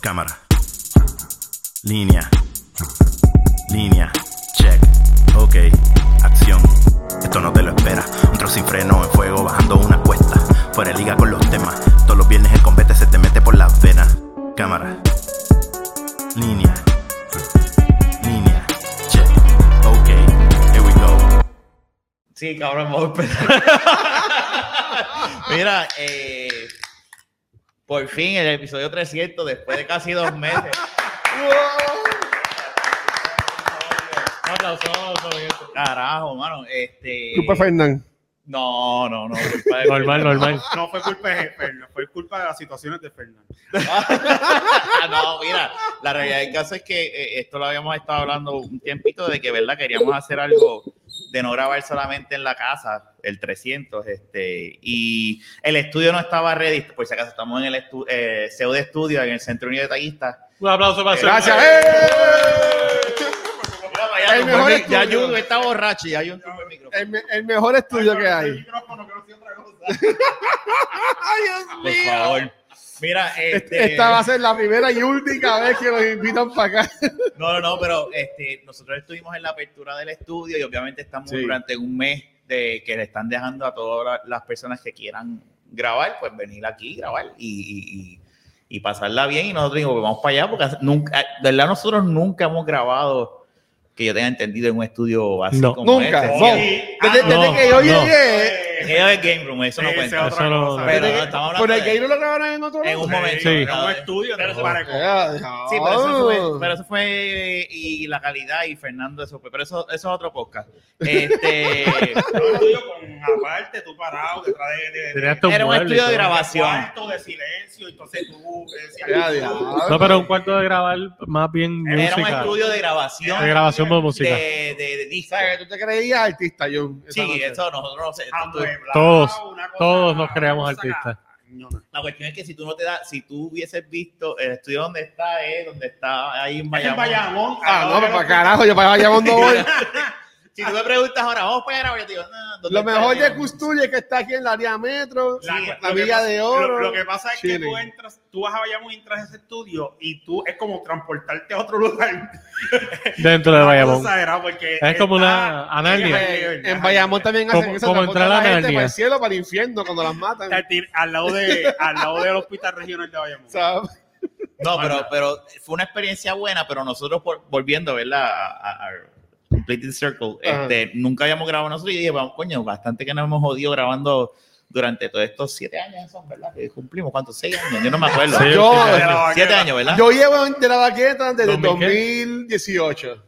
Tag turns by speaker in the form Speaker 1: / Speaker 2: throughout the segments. Speaker 1: Cámara. Línea. Línea. Check. Ok. Acción. Esto no te lo espera. Un trozo sin freno en fuego bajando una cuesta. Fuera de liga con los temas. Todos los viernes el combate se te mete por las venas. Cámara. Línea. Línea. Check. Ok. Here we go.
Speaker 2: Sí, cabrón, vamos a empezar. Mira, eh, por fin el episodio 300, después de casi dos meses. Un aplauso, un aplauso, un aplauso. Carajo, mano. Este...
Speaker 3: Disculpa, Fernán.
Speaker 2: No, no, no. culpa de-
Speaker 4: Normal, normal.
Speaker 5: No fue culpa de Fernando, fue culpa de las situaciones de Fernando.
Speaker 2: Ah, no, mira, la realidad del caso es que eh, esto lo habíamos estado hablando un tiempito de que, ¿verdad? Queríamos hacer algo de no grabar solamente en la casa, el 300, este, y el estudio no estaba ready, por si acaso estamos en el estu eh, CEO de estudio, en el Centro Unido de Taguistas.
Speaker 4: Un aplauso para
Speaker 3: Gracias.
Speaker 4: Sergio.
Speaker 5: eh.
Speaker 2: Mira, ya
Speaker 3: El
Speaker 2: tumbó
Speaker 3: mejor
Speaker 2: mi-
Speaker 3: estudio.
Speaker 2: ya Jun está borracho y ya Jun tumbó el micrófono.
Speaker 3: El, me- el mejor estudio que hay.
Speaker 2: Por favor. Mira, este,
Speaker 3: Esta va a ser la primera y única vez que nos invitan para acá.
Speaker 2: No, no, no, pero este, nosotros estuvimos en la apertura del estudio y obviamente estamos
Speaker 3: Sí.
Speaker 2: durante un mes de que le están dejando a todas la- las personas que quieran grabar, pues venir aquí, grabar y, y- y- y pasarla bien. Y nosotros dijimos, pues, vamos para allá, porque nunca, de verdad nosotros nunca hemos grabado que yo tenga entendido en un estudio así
Speaker 4: No.
Speaker 2: como
Speaker 3: Nunca,
Speaker 2: este.
Speaker 3: no.
Speaker 2: Sí,
Speaker 5: Ah,
Speaker 3: Desde, desde
Speaker 4: no,
Speaker 3: que yo
Speaker 4: no.
Speaker 3: llegué.
Speaker 2: Eso es Game Room, eso no
Speaker 5: Sí,
Speaker 2: cuenta.
Speaker 5: esa
Speaker 4: Eso no-
Speaker 5: cosa.
Speaker 2: Pero
Speaker 3: desde
Speaker 2: no,
Speaker 3: que-
Speaker 2: estamos hablando
Speaker 3: por el
Speaker 2: de-
Speaker 3: que yo no lo grabaron en otro
Speaker 2: En un
Speaker 3: lado.
Speaker 2: momento.
Speaker 4: Sí.
Speaker 5: Era un estudio, era
Speaker 2: Pero-
Speaker 5: para-
Speaker 3: Ah,
Speaker 2: Sí, pero eso, fue,
Speaker 3: no.
Speaker 2: pero eso fue y la calidad y Fernando eso fue, pero eso, eso es otro podcast. Este,
Speaker 5: era un estudio con aparte tú parado detrás de- de, de,
Speaker 4: Tenía hasta un
Speaker 2: Era un
Speaker 4: mueble y
Speaker 2: estudio de
Speaker 4: todo.
Speaker 2: grabación.
Speaker 5: cuarto de silencio, entonces tú eh, decías,
Speaker 3: Ya,
Speaker 5: "Tú,
Speaker 3: diablo.
Speaker 4: No, pero un cuarto de grabar más bien
Speaker 2: Era un
Speaker 4: música.
Speaker 2: estudio de
Speaker 4: De
Speaker 2: grabación
Speaker 4: grabación de
Speaker 2: de,
Speaker 4: música.
Speaker 2: de, de disco.
Speaker 3: O sea, que tú te creías artista, John. esa
Speaker 2: Sí,
Speaker 3: noche. Ah,
Speaker 2: eso nosotros no sé. esto-
Speaker 5: amueblado,
Speaker 4: Todos,
Speaker 5: una cosa-
Speaker 4: todos nos creamos
Speaker 5: una cosa
Speaker 4: artistas.
Speaker 5: cañona".
Speaker 2: La cuestión es que si tú no te das, si tú hubieses visto el estudio donde está, es donde está ahí en
Speaker 5: Es en
Speaker 2: Bayamón.
Speaker 5: Bayamón.
Speaker 3: Ah, no, pero
Speaker 5: pero
Speaker 3: para carajo, yo para allá no voy.
Speaker 2: Si tú me preguntas ahora, vamos para grabar, yo te digo, no, ¿dónde
Speaker 3: Lo
Speaker 2: está
Speaker 3: mejor de
Speaker 2: Bayamón?
Speaker 3: Custuria es que está aquí en la área metro,
Speaker 5: La-
Speaker 3: la,
Speaker 5: lo que
Speaker 3: Villa
Speaker 5: pasa-
Speaker 3: de
Speaker 5: lo-
Speaker 3: Oro.
Speaker 5: Lo, que pasa es que
Speaker 3: Chile.
Speaker 5: tú entras, tú vas a Bayamón y entras a ese estudio y tú es como transportarte a otro lugar.
Speaker 4: Dentro de
Speaker 5: Una
Speaker 4: Bayamón.
Speaker 5: cosa era porque
Speaker 4: Es como
Speaker 5: está-
Speaker 4: una anarquía.
Speaker 5: En-
Speaker 3: en Bayamón también hacen
Speaker 4: Como-
Speaker 3: eso,
Speaker 4: como
Speaker 3: transportan
Speaker 4: entrar
Speaker 3: la
Speaker 4: a
Speaker 3: gente
Speaker 4: Narnia.
Speaker 3: para el cielo, para el infierno cuando las matan.
Speaker 5: al tir- al lado de al lado del hospital regional de Bayamón.
Speaker 3: ¿sabes?
Speaker 2: No, pero, pero fue una experiencia buena, pero nosotros por- volviendo, ¿verdad? A, a- a Complete the Circle,
Speaker 3: Ajá.
Speaker 2: este, nunca habíamos grabado nosotros y dije, vamos, coño, bastante que nos hemos jodido grabando durante todos estos siete años, son, ¿verdad? Que cumplimos, ¿cuántos? ¿Seis años? Yo no me acuerdo.
Speaker 4: Sí,
Speaker 3: Yo-
Speaker 4: sí, sí.
Speaker 2: siete años, ¿verdad?
Speaker 3: Yo llevo de la vaqueta desde
Speaker 4: 2000 qué?
Speaker 3: 2018.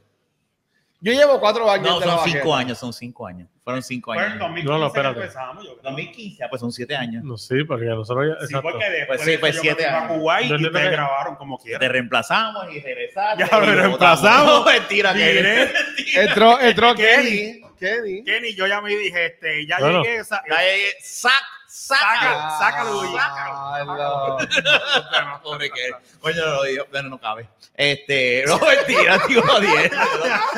Speaker 3: Yo llevo cuatro años
Speaker 2: no,
Speaker 3: de la
Speaker 2: son
Speaker 3: vaqueta.
Speaker 2: cinco años, son cinco años. Fueron cinco
Speaker 5: Fue en
Speaker 2: años.
Speaker 5: 2015
Speaker 4: No, no,
Speaker 5: que
Speaker 4: espérate.
Speaker 5: empezamos, yo creo.
Speaker 2: 2015, ah, pues son siete años.
Speaker 4: No, sí, porque nosotros ya.
Speaker 5: Sí,
Speaker 4: exacto.
Speaker 5: porque después
Speaker 2: Pues sí,
Speaker 5: de
Speaker 2: pues
Speaker 5: eso yo
Speaker 2: siete
Speaker 5: me fui
Speaker 2: años.
Speaker 5: a Kuwait y
Speaker 4: Yo
Speaker 5: ustedes
Speaker 4: creo que-
Speaker 5: grabaron como
Speaker 2: Te
Speaker 5: quieran.
Speaker 2: reemplazamos y regresaste.
Speaker 5: Ya,
Speaker 2: y
Speaker 5: me
Speaker 2: lo
Speaker 5: reemplazamos.
Speaker 2: votamos. No, mentira, que
Speaker 5: Diré.
Speaker 3: Entró, entró Kenny.
Speaker 5: Kenny.
Speaker 3: Kenny.
Speaker 5: Kenny, yo ya me dije, este, ya
Speaker 4: Bueno.
Speaker 5: llegué, sa-
Speaker 2: Ya, ya, ya, Sac, saca.
Speaker 3: Ah,
Speaker 5: sácalo, Luis, sácalo.
Speaker 3: sácalo.
Speaker 2: Pobre que Coño, no, Dios, bueno, no cabe. Este, no, mentira, tío, jodiendo.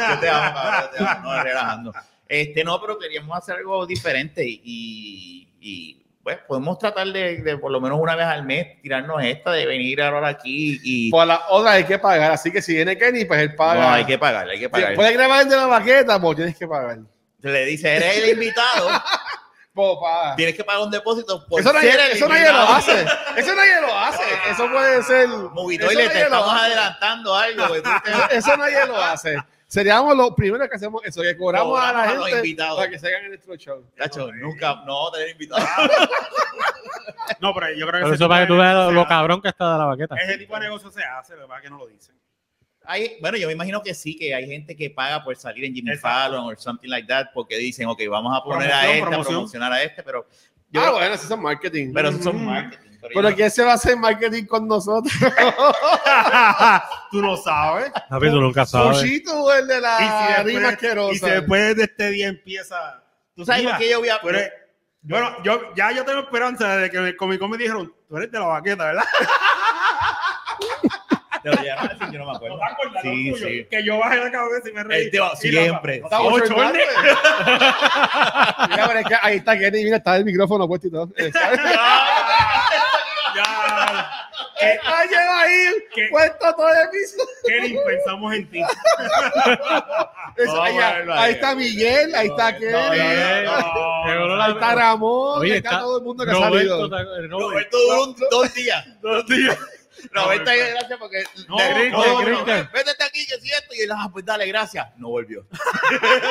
Speaker 2: Yo te amo, cabrón, yo te amo. No, relajando. Este, no, pero queríamos hacer algo diferente y, y pues, podemos tratar de, de por lo menos una vez al mes tirarnos esta de venir ahora aquí y...
Speaker 3: Por la otra hay que pagar, así que si viene Kenny, pues él paga.
Speaker 2: No, hay que pagar, hay que pagar.
Speaker 3: Puedes grabar de la vaqueta, pues tienes que pagar.
Speaker 2: Se le dice, eres el invitado,
Speaker 3: Pues paga.
Speaker 2: tienes que pagar un depósito por
Speaker 3: Eso nadie,
Speaker 2: ser el
Speaker 3: eso nadie lo hace. Eso nadie lo hace. Eso puede ser. eso
Speaker 2: Movitoile,
Speaker 3: nadie
Speaker 2: te
Speaker 3: lo
Speaker 2: estamos
Speaker 3: hace.
Speaker 2: adelantando algo. güey, tú te-
Speaker 3: Eh, Eso nadie lo hace. Seríamos los primeros que hacemos eso, que cobramos a la
Speaker 2: Cobramos a los
Speaker 3: gente
Speaker 2: invitados.
Speaker 3: para que se hagan en nuestro show.
Speaker 2: Cacho, nunca, no, tener invitado.
Speaker 5: No, pero yo creo que Eh,
Speaker 4: Pero
Speaker 5: ese
Speaker 4: eso
Speaker 5: tipo
Speaker 4: para
Speaker 5: de
Speaker 4: que tú veas lo,
Speaker 5: negocio
Speaker 4: lo
Speaker 5: se
Speaker 4: cabrón que está de la baqueta.
Speaker 5: hace. Ese tipo de negocio se hace, lo que pasa es que no lo dicen.
Speaker 2: Hay- bueno, yo me imagino que sí, que hay gente que paga por salir en Jimmy
Speaker 5: Exacto.
Speaker 2: Fallon o something like that, porque dicen, ok, vamos a poner a
Speaker 5: Promoción,
Speaker 2: este, a
Speaker 5: promoción.
Speaker 2: promocionar a este, pero, yo-
Speaker 3: Ah, bueno, eso es marketing.
Speaker 2: pero eso son
Speaker 5: Mm.
Speaker 2: marketing. pero yo-
Speaker 3: Pero ¿quién se va a hacer marketing con nosotros?
Speaker 5: tú lo sabes.
Speaker 4: Papi, tú nunca sabes.
Speaker 3: Puchito, el de
Speaker 5: Y
Speaker 3: la
Speaker 5: si
Speaker 3: rima
Speaker 5: después, este,
Speaker 3: asquerosa.
Speaker 5: y si después de este día empieza.
Speaker 2: ¿Tú sabes por
Speaker 5: Mira,
Speaker 2: qué yo voy a...?
Speaker 5: tú eres- bueno, yo, ya yo tengo esperanza de que en el Comic Con me dijeron, tú eres de la baqueta, ¿verdad?
Speaker 2: Te lo voy a decir, yo no me acuerdo.
Speaker 5: ¿No te acuerdas lo
Speaker 2: Sí,
Speaker 5: tuyo?
Speaker 2: sí.
Speaker 5: Que yo bajé la cabeza y me reí.
Speaker 2: Este va-
Speaker 5: Y la-
Speaker 2: siempre.
Speaker 5: o sea,
Speaker 3: Estamos
Speaker 5: ocho,
Speaker 3: chornando.
Speaker 5: ¿verdad?
Speaker 3: Mira, pero es que ahí está Kenny, mira, está el micrófono puesto y todo. Eh, ¿sabes?
Speaker 5: Ya. que,
Speaker 3: ¡Ah, lleva ahí!
Speaker 5: que,
Speaker 3: ¡Puesto todo el piso!
Speaker 5: Kelly, pensamos en ti.
Speaker 2: Eh,
Speaker 3: Eso,
Speaker 2: Vamos a
Speaker 3: ahí,
Speaker 2: verlo ahí.
Speaker 3: ahí está Miguel, ahí está
Speaker 2: No,
Speaker 3: Kelly,
Speaker 2: no, no,
Speaker 3: ahí
Speaker 4: Seguro la-
Speaker 3: está Ramón,
Speaker 4: Oye,
Speaker 3: ahí está,
Speaker 4: está
Speaker 3: todo el mundo que ha
Speaker 4: Roberto,
Speaker 3: salido.
Speaker 4: ta- eh, Robert.
Speaker 2: Roberto duró un- dos días.
Speaker 4: Dos días.
Speaker 2: Roberto, ahí, gracias porque.
Speaker 5: No,
Speaker 2: le-
Speaker 5: grite,
Speaker 2: no, no,
Speaker 4: grite.
Speaker 2: Vétete aquí, que siento. Y él, ah, pues dale, gracias. No volvió.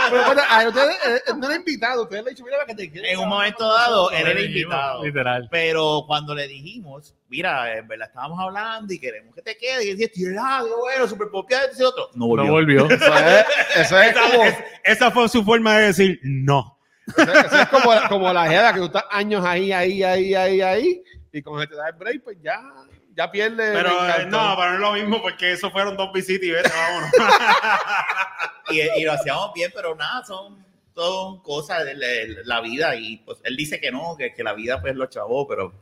Speaker 3: Pero bueno, a ustedes eh, no era invitado, ustedes le han dicho, mira, que te
Speaker 2: En un momento dado, él era
Speaker 4: Literal.
Speaker 2: invitado.
Speaker 4: Literal.
Speaker 2: Pero cuando le dijimos, mira, en verdad estábamos hablando y queremos que te quede, y él decía, ah, qué bueno, super popiado, y otro. No volvió.
Speaker 4: No volvió.
Speaker 3: Eso es, eso es como,
Speaker 5: Esa fue su forma de decir no.
Speaker 3: eso es como, la- como la jeva que tú estás años ahí, ahí, ahí, ahí, ahí, y con te da el break, pues ya, ya pierde.
Speaker 5: Pero
Speaker 3: el
Speaker 5: eh,
Speaker 3: encanto.
Speaker 5: no, pero no es lo mismo porque eso fueron dos visitas y vete, vámonos.
Speaker 2: y, y lo hacíamos bien, pero nada, son, son cosas de la, la vida. Y pues él dice que no, que, que la vida pues lo chavó, pero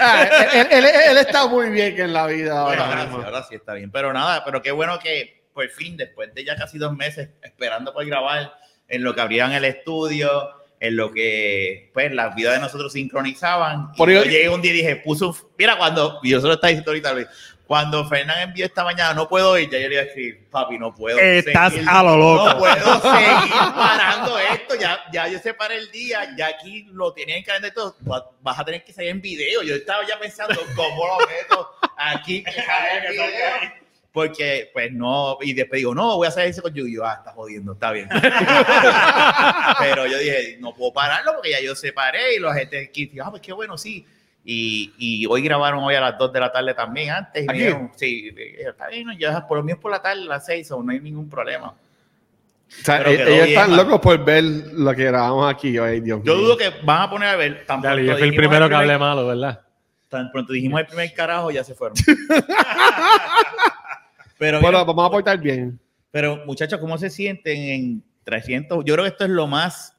Speaker 3: Ah, él, él- él- él está muy bien en la vida
Speaker 2: bueno,
Speaker 3: ahora
Speaker 2: ahora, sí,
Speaker 3: mismo.
Speaker 2: ahora sí está bien. Pero nada, pero qué bueno que por fin, después de ya casi dos meses esperando por grabar, en lo que abrían el estudio, en lo que pues las vidas de nosotros sincronizaban.
Speaker 3: Por
Speaker 2: y
Speaker 3: ello-
Speaker 2: yo llegué un día y dije, puso, un- mira cuando, y yo solo estaba diciendo ahorita, Luis, cuando Fernán envió esta mañana, no puedo ir, ya yo le iba a decir, papi, no puedo.
Speaker 5: Estás
Speaker 2: seguir
Speaker 5: a lo loco.
Speaker 2: No puedo seguir parando esto. Ya, ya yo separé el día. Ya aquí lo tenía en calendario. y todo, va- Vas a tener que salir en video. Yo estaba ya pensando cómo lo meto aquí. que salga en video, Porque, pues no. Y después digo, no, voy a hacer eso con Yuyo. Ah, está jodiendo, está bien. Pero yo dije, no puedo pararlo porque ya yo separé. Y la gente aquí dijo, ah, pues qué bueno, sí. Y, y hoy grabaron hoy a las 2 de la tarde también antes. Y me
Speaker 3: ¿Aquí?
Speaker 2: dijeron, sí, eh, está bien, ya por lo mío es por la tarde, a las 6, o no hay ningún problema.
Speaker 3: O sea,
Speaker 2: Pero
Speaker 3: eh,
Speaker 2: quedó
Speaker 3: ellos
Speaker 2: bien,
Speaker 3: están
Speaker 2: mano.
Speaker 3: locos por ver lo que grabamos aquí. Ay, Dios
Speaker 2: Yo
Speaker 3: mío.
Speaker 2: dudo que van a poner a ver. Tan
Speaker 4: Dale, yo
Speaker 2: pronto
Speaker 4: fui el
Speaker 2: dijimos
Speaker 4: primero que
Speaker 2: primer-
Speaker 4: hablé malo, ¿verdad?
Speaker 2: Tan pronto dijimos el primer carajo, ya se fueron. pero,
Speaker 3: Bueno, vamos a aportar bien.
Speaker 2: pero muchachos, ¿cómo se sienten en 300? Yo creo que esto es lo más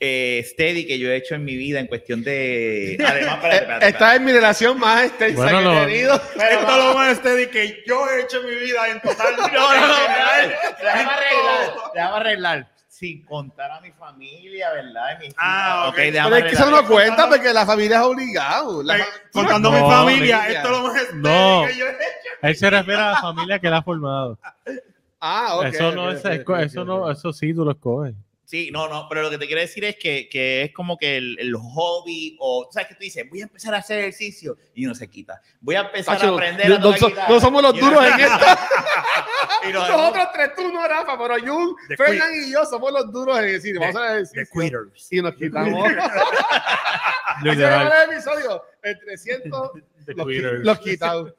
Speaker 2: eh, steady que yo he hecho en mi vida en cuestión de... Además, espérate, espérate, espérate.
Speaker 3: Eh, Esta es mi relación más extensa
Speaker 4: Bueno,
Speaker 3: que
Speaker 4: no.
Speaker 3: he tenido.
Speaker 5: Esto es lo más steady que yo he hecho en mi vida en total.
Speaker 2: No, no, no, espérate. Déjame arreglar, déjame arreglar. Sin contar a mi familia, ¿verdad? Y mis
Speaker 5: Ah,
Speaker 2: hijas.
Speaker 5: ok.
Speaker 2: déjame
Speaker 3: Pero es que eso
Speaker 2: arreglar.
Speaker 3: no cuenta porque la familia es obligado. La
Speaker 5: Eh,
Speaker 3: fa-
Speaker 5: Contando mi
Speaker 4: No,
Speaker 5: familia,
Speaker 3: Miguel.
Speaker 5: esto es lo más steady
Speaker 4: No.
Speaker 5: que yo he hecho.
Speaker 4: Él se refiere a la familia que la ha formado.
Speaker 3: Ah, ok.
Speaker 4: eso no
Speaker 3: ok,
Speaker 4: es,
Speaker 3: ok,
Speaker 4: esco-
Speaker 3: ok,
Speaker 4: eso no,
Speaker 3: ok.
Speaker 4: eso sí tú lo escoges.
Speaker 2: Sí, no, no, pero lo que te quiero decir es que, que es como que el, el hobby o, tú ¿sabes que tú dices? Voy a empezar a hacer ejercicio y no se quita. Voy a empezar
Speaker 3: Tacho,
Speaker 2: a aprender
Speaker 3: yo-
Speaker 2: a
Speaker 3: no,
Speaker 2: tocar
Speaker 3: so-
Speaker 2: guitarra.
Speaker 3: no somos los
Speaker 2: Y
Speaker 3: duros
Speaker 2: no-
Speaker 3: en esto.
Speaker 2: y no-
Speaker 3: Nosotros tres, tú no, Rafa, pero Jun,
Speaker 5: The
Speaker 3: Fernan y yo somos los duros en decir, vamos a hacer
Speaker 5: The
Speaker 3: ejercicio.
Speaker 5: quitters.
Speaker 3: Y nos quitamos. Ese
Speaker 4: Literal.
Speaker 3: era el episodio. El 300
Speaker 4: The
Speaker 3: los, qui-
Speaker 4: quitters.
Speaker 3: los quitamos.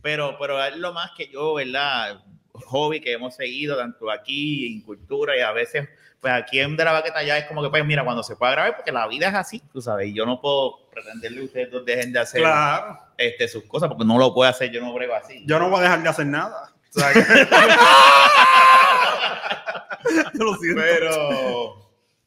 Speaker 2: pero, pero es lo más que yo, ¿verdad? Hobby que hemos seguido tanto aquí en cultura y a veces, pues aquí en De la Baqueta ya es como que, pues mira, cuando se pueda grabar, porque la vida es así, tú sabes, y yo no puedo pretenderle a ustedes dos dejen de hacer
Speaker 5: Claro.
Speaker 2: este, sus cosas, porque no lo puedo hacer, yo no brego así.
Speaker 5: Yo no voy a dejar de hacer nada. O sea, que- Yo lo siento.
Speaker 2: Pero,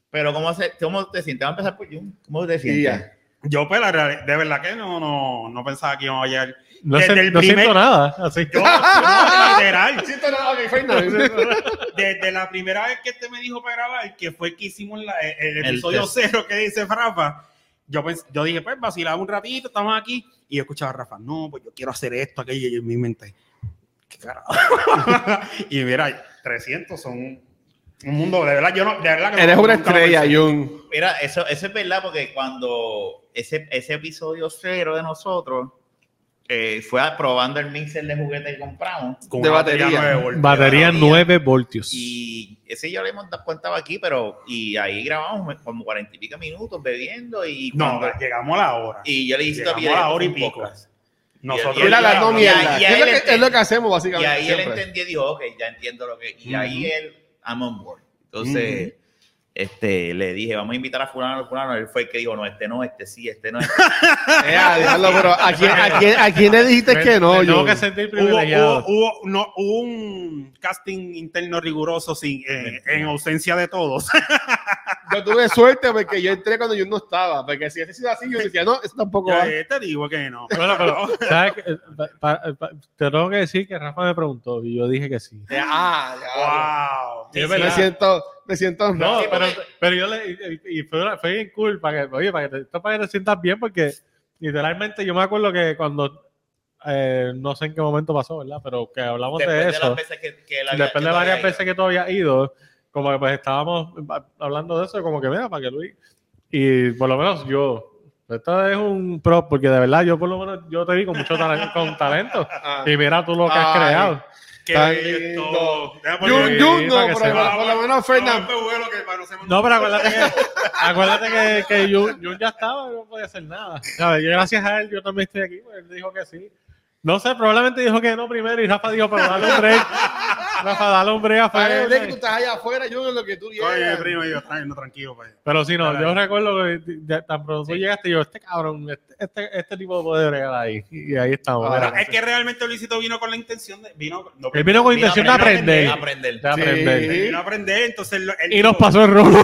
Speaker 2: pero ¿cómo, se, ¿cómo te sientes? Vamos a empezar por Jun. ¿Cómo te
Speaker 3: Y
Speaker 2: sientes?
Speaker 3: ya.
Speaker 5: Yo, pues, la reali- de verdad que no, no, no pensaba que íbamos a llegar.
Speaker 4: No,
Speaker 5: Desde
Speaker 4: sé-
Speaker 5: el
Speaker 4: no
Speaker 5: primer-
Speaker 4: siento nada. Así.
Speaker 5: Yo, yo, literal,
Speaker 3: Siento nada, mi Fernan.
Speaker 5: desde la primera vez que este me dijo para grabar, que fue que hicimos la- eh, el, el
Speaker 2: El
Speaker 5: episodio
Speaker 2: test.
Speaker 5: cero que dice Rafa, yo, pens- yo dije, pues vacilaba un ratito, estamos aquí, y yo escuchaba a Rafa, no, pues yo quiero hacer esto, aquello, y yo en mi mente, qué carajo. y mira, 300 son un, un mundo, de verdad, yo no, de verdad que no-
Speaker 3: Eres una
Speaker 5: nunca lo
Speaker 3: estrella,
Speaker 5: pensé.
Speaker 3: Jun.
Speaker 2: Mira, eso, eso es verdad, porque cuando ese, ese episodio cero de nosotros eh, fue probando el mixer de juguete que compramos,
Speaker 5: Con
Speaker 3: de
Speaker 5: una
Speaker 3: batería.
Speaker 5: nueve voltios.
Speaker 4: Batería
Speaker 2: Batería.
Speaker 4: 9 voltios.
Speaker 2: y ese yo le hemos dado cuenta aquí, pero y ahí grabamos como cuarenta y pico minutos bebiendo y,
Speaker 5: No,
Speaker 2: cuando-
Speaker 5: llegamos a la hora.
Speaker 2: y yo le hice
Speaker 5: llegamos
Speaker 2: todavía
Speaker 5: a la hora y pico.
Speaker 2: Y
Speaker 5: Nosotros
Speaker 2: él
Speaker 3: Mira, las dos
Speaker 5: llegamos.
Speaker 2: mierda.
Speaker 3: mierdas.
Speaker 2: y
Speaker 3: Es
Speaker 2: ahí
Speaker 3: lo
Speaker 2: él
Speaker 3: que- Es lo que hacemos,
Speaker 2: Y
Speaker 3: básicamente.
Speaker 2: ahí él
Speaker 3: siempre.
Speaker 2: entendió y dijo, ok, ya entiendo lo que... Y ahí
Speaker 5: Ujú.
Speaker 2: él, I'm on board. Entonces, este, le dije, vamos a invitar a fulano, fulano. Él fue el que dijo, no, este no, este sí, este no. este
Speaker 3: Eh, a diablo, pero ¿a quién, a quién- a quién le dijiste
Speaker 4: Me-
Speaker 3: que no,
Speaker 4: me Tengo
Speaker 3: Jun?
Speaker 4: que sentir
Speaker 5: Hubo,
Speaker 4: privilegiado.
Speaker 5: hubo- hubo- no, hubo un casting interno riguroso sin, eh, en ausencia de todos.
Speaker 3: Yo tuve suerte porque yo entré cuando Jun no estaba. Porque si ese sido así, yo decía, no, eso tampoco va.
Speaker 5: Eh, te digo que no.
Speaker 4: Bueno, pero, ¿sabes qué? Eh, pa- pa- pa- te tengo que decir que Rafa me preguntó y yo dije que sí.
Speaker 3: Ah, diablo.
Speaker 5: wow.
Speaker 4: Sí, es
Speaker 3: Me
Speaker 4: verdad.
Speaker 3: siento, me siento
Speaker 4: No,
Speaker 2: Sí,
Speaker 4: pero,
Speaker 2: porque-
Speaker 4: pero yo le. Y, y fue, una- fue bien cool para que, oye, para que, te, esto para que te sientas bien, porque literalmente yo me acuerdo que cuando eh, no sé en qué momento pasó, ¿verdad? Pero que hablamos
Speaker 2: Después
Speaker 4: de
Speaker 2: de
Speaker 4: eso.
Speaker 2: las veces que, que él había-
Speaker 4: después
Speaker 2: que
Speaker 4: de
Speaker 2: tú
Speaker 4: varias
Speaker 2: habías
Speaker 4: veces que tú habías ido, como que pues estábamos hablando de eso, como que mira, para que Luis. Y por lo menos yo. Esto es un pro, porque de verdad yo por lo menos yo te vi con mucho talento, con talento.
Speaker 3: Ah.
Speaker 4: Y mira tú lo que has
Speaker 3: Ay.
Speaker 4: creado.
Speaker 5: Qué
Speaker 3: Está
Speaker 5: bello
Speaker 3: lindo.
Speaker 5: esto. Deja poner-
Speaker 3: Jun, Jun, no,
Speaker 4: para que
Speaker 3: por,
Speaker 4: se
Speaker 3: lo-
Speaker 4: vea.
Speaker 3: por lo menos Fernan.
Speaker 5: No, este vuelo que para no ser-
Speaker 4: No, pero acuérdate que, acuérdate que, que Jun, Jun ya estaba, no podía hacer nada. ¿Sabes? Yo, gracias a él, yo también estoy aquí, pues él dijo que sí. No sé, probablemente dijo que no primero y Rafa dijo, pero dale un break. Rafa, dale un break a
Speaker 3: Para
Speaker 4: Fernan.
Speaker 3: el día que tú estás allá afuera, Jun, es lo que tú
Speaker 5: Oye,
Speaker 3: quieras.
Speaker 5: primo, yo, "Ay, no, tranquilo, pues".
Speaker 4: Pero sí, no,
Speaker 5: Dale,
Speaker 4: yo
Speaker 5: dale.
Speaker 4: recuerdo que ya tan pronto tú llegaste y yo, este cabrón, este, este, este tipo puede bregar ahí. Y ahí estamos.
Speaker 3: Ahora,
Speaker 4: mira.
Speaker 5: Es que realmente Luisito vino con la intención de. Vino, no,
Speaker 4: él vino con
Speaker 2: Vino a
Speaker 4: intención de aprender.
Speaker 2: aprender.
Speaker 4: De aprender.
Speaker 3: Sí.
Speaker 5: vino a aprender, entonces. lo- él
Speaker 4: Y nos
Speaker 5: dijo,
Speaker 4: pasó el rolo.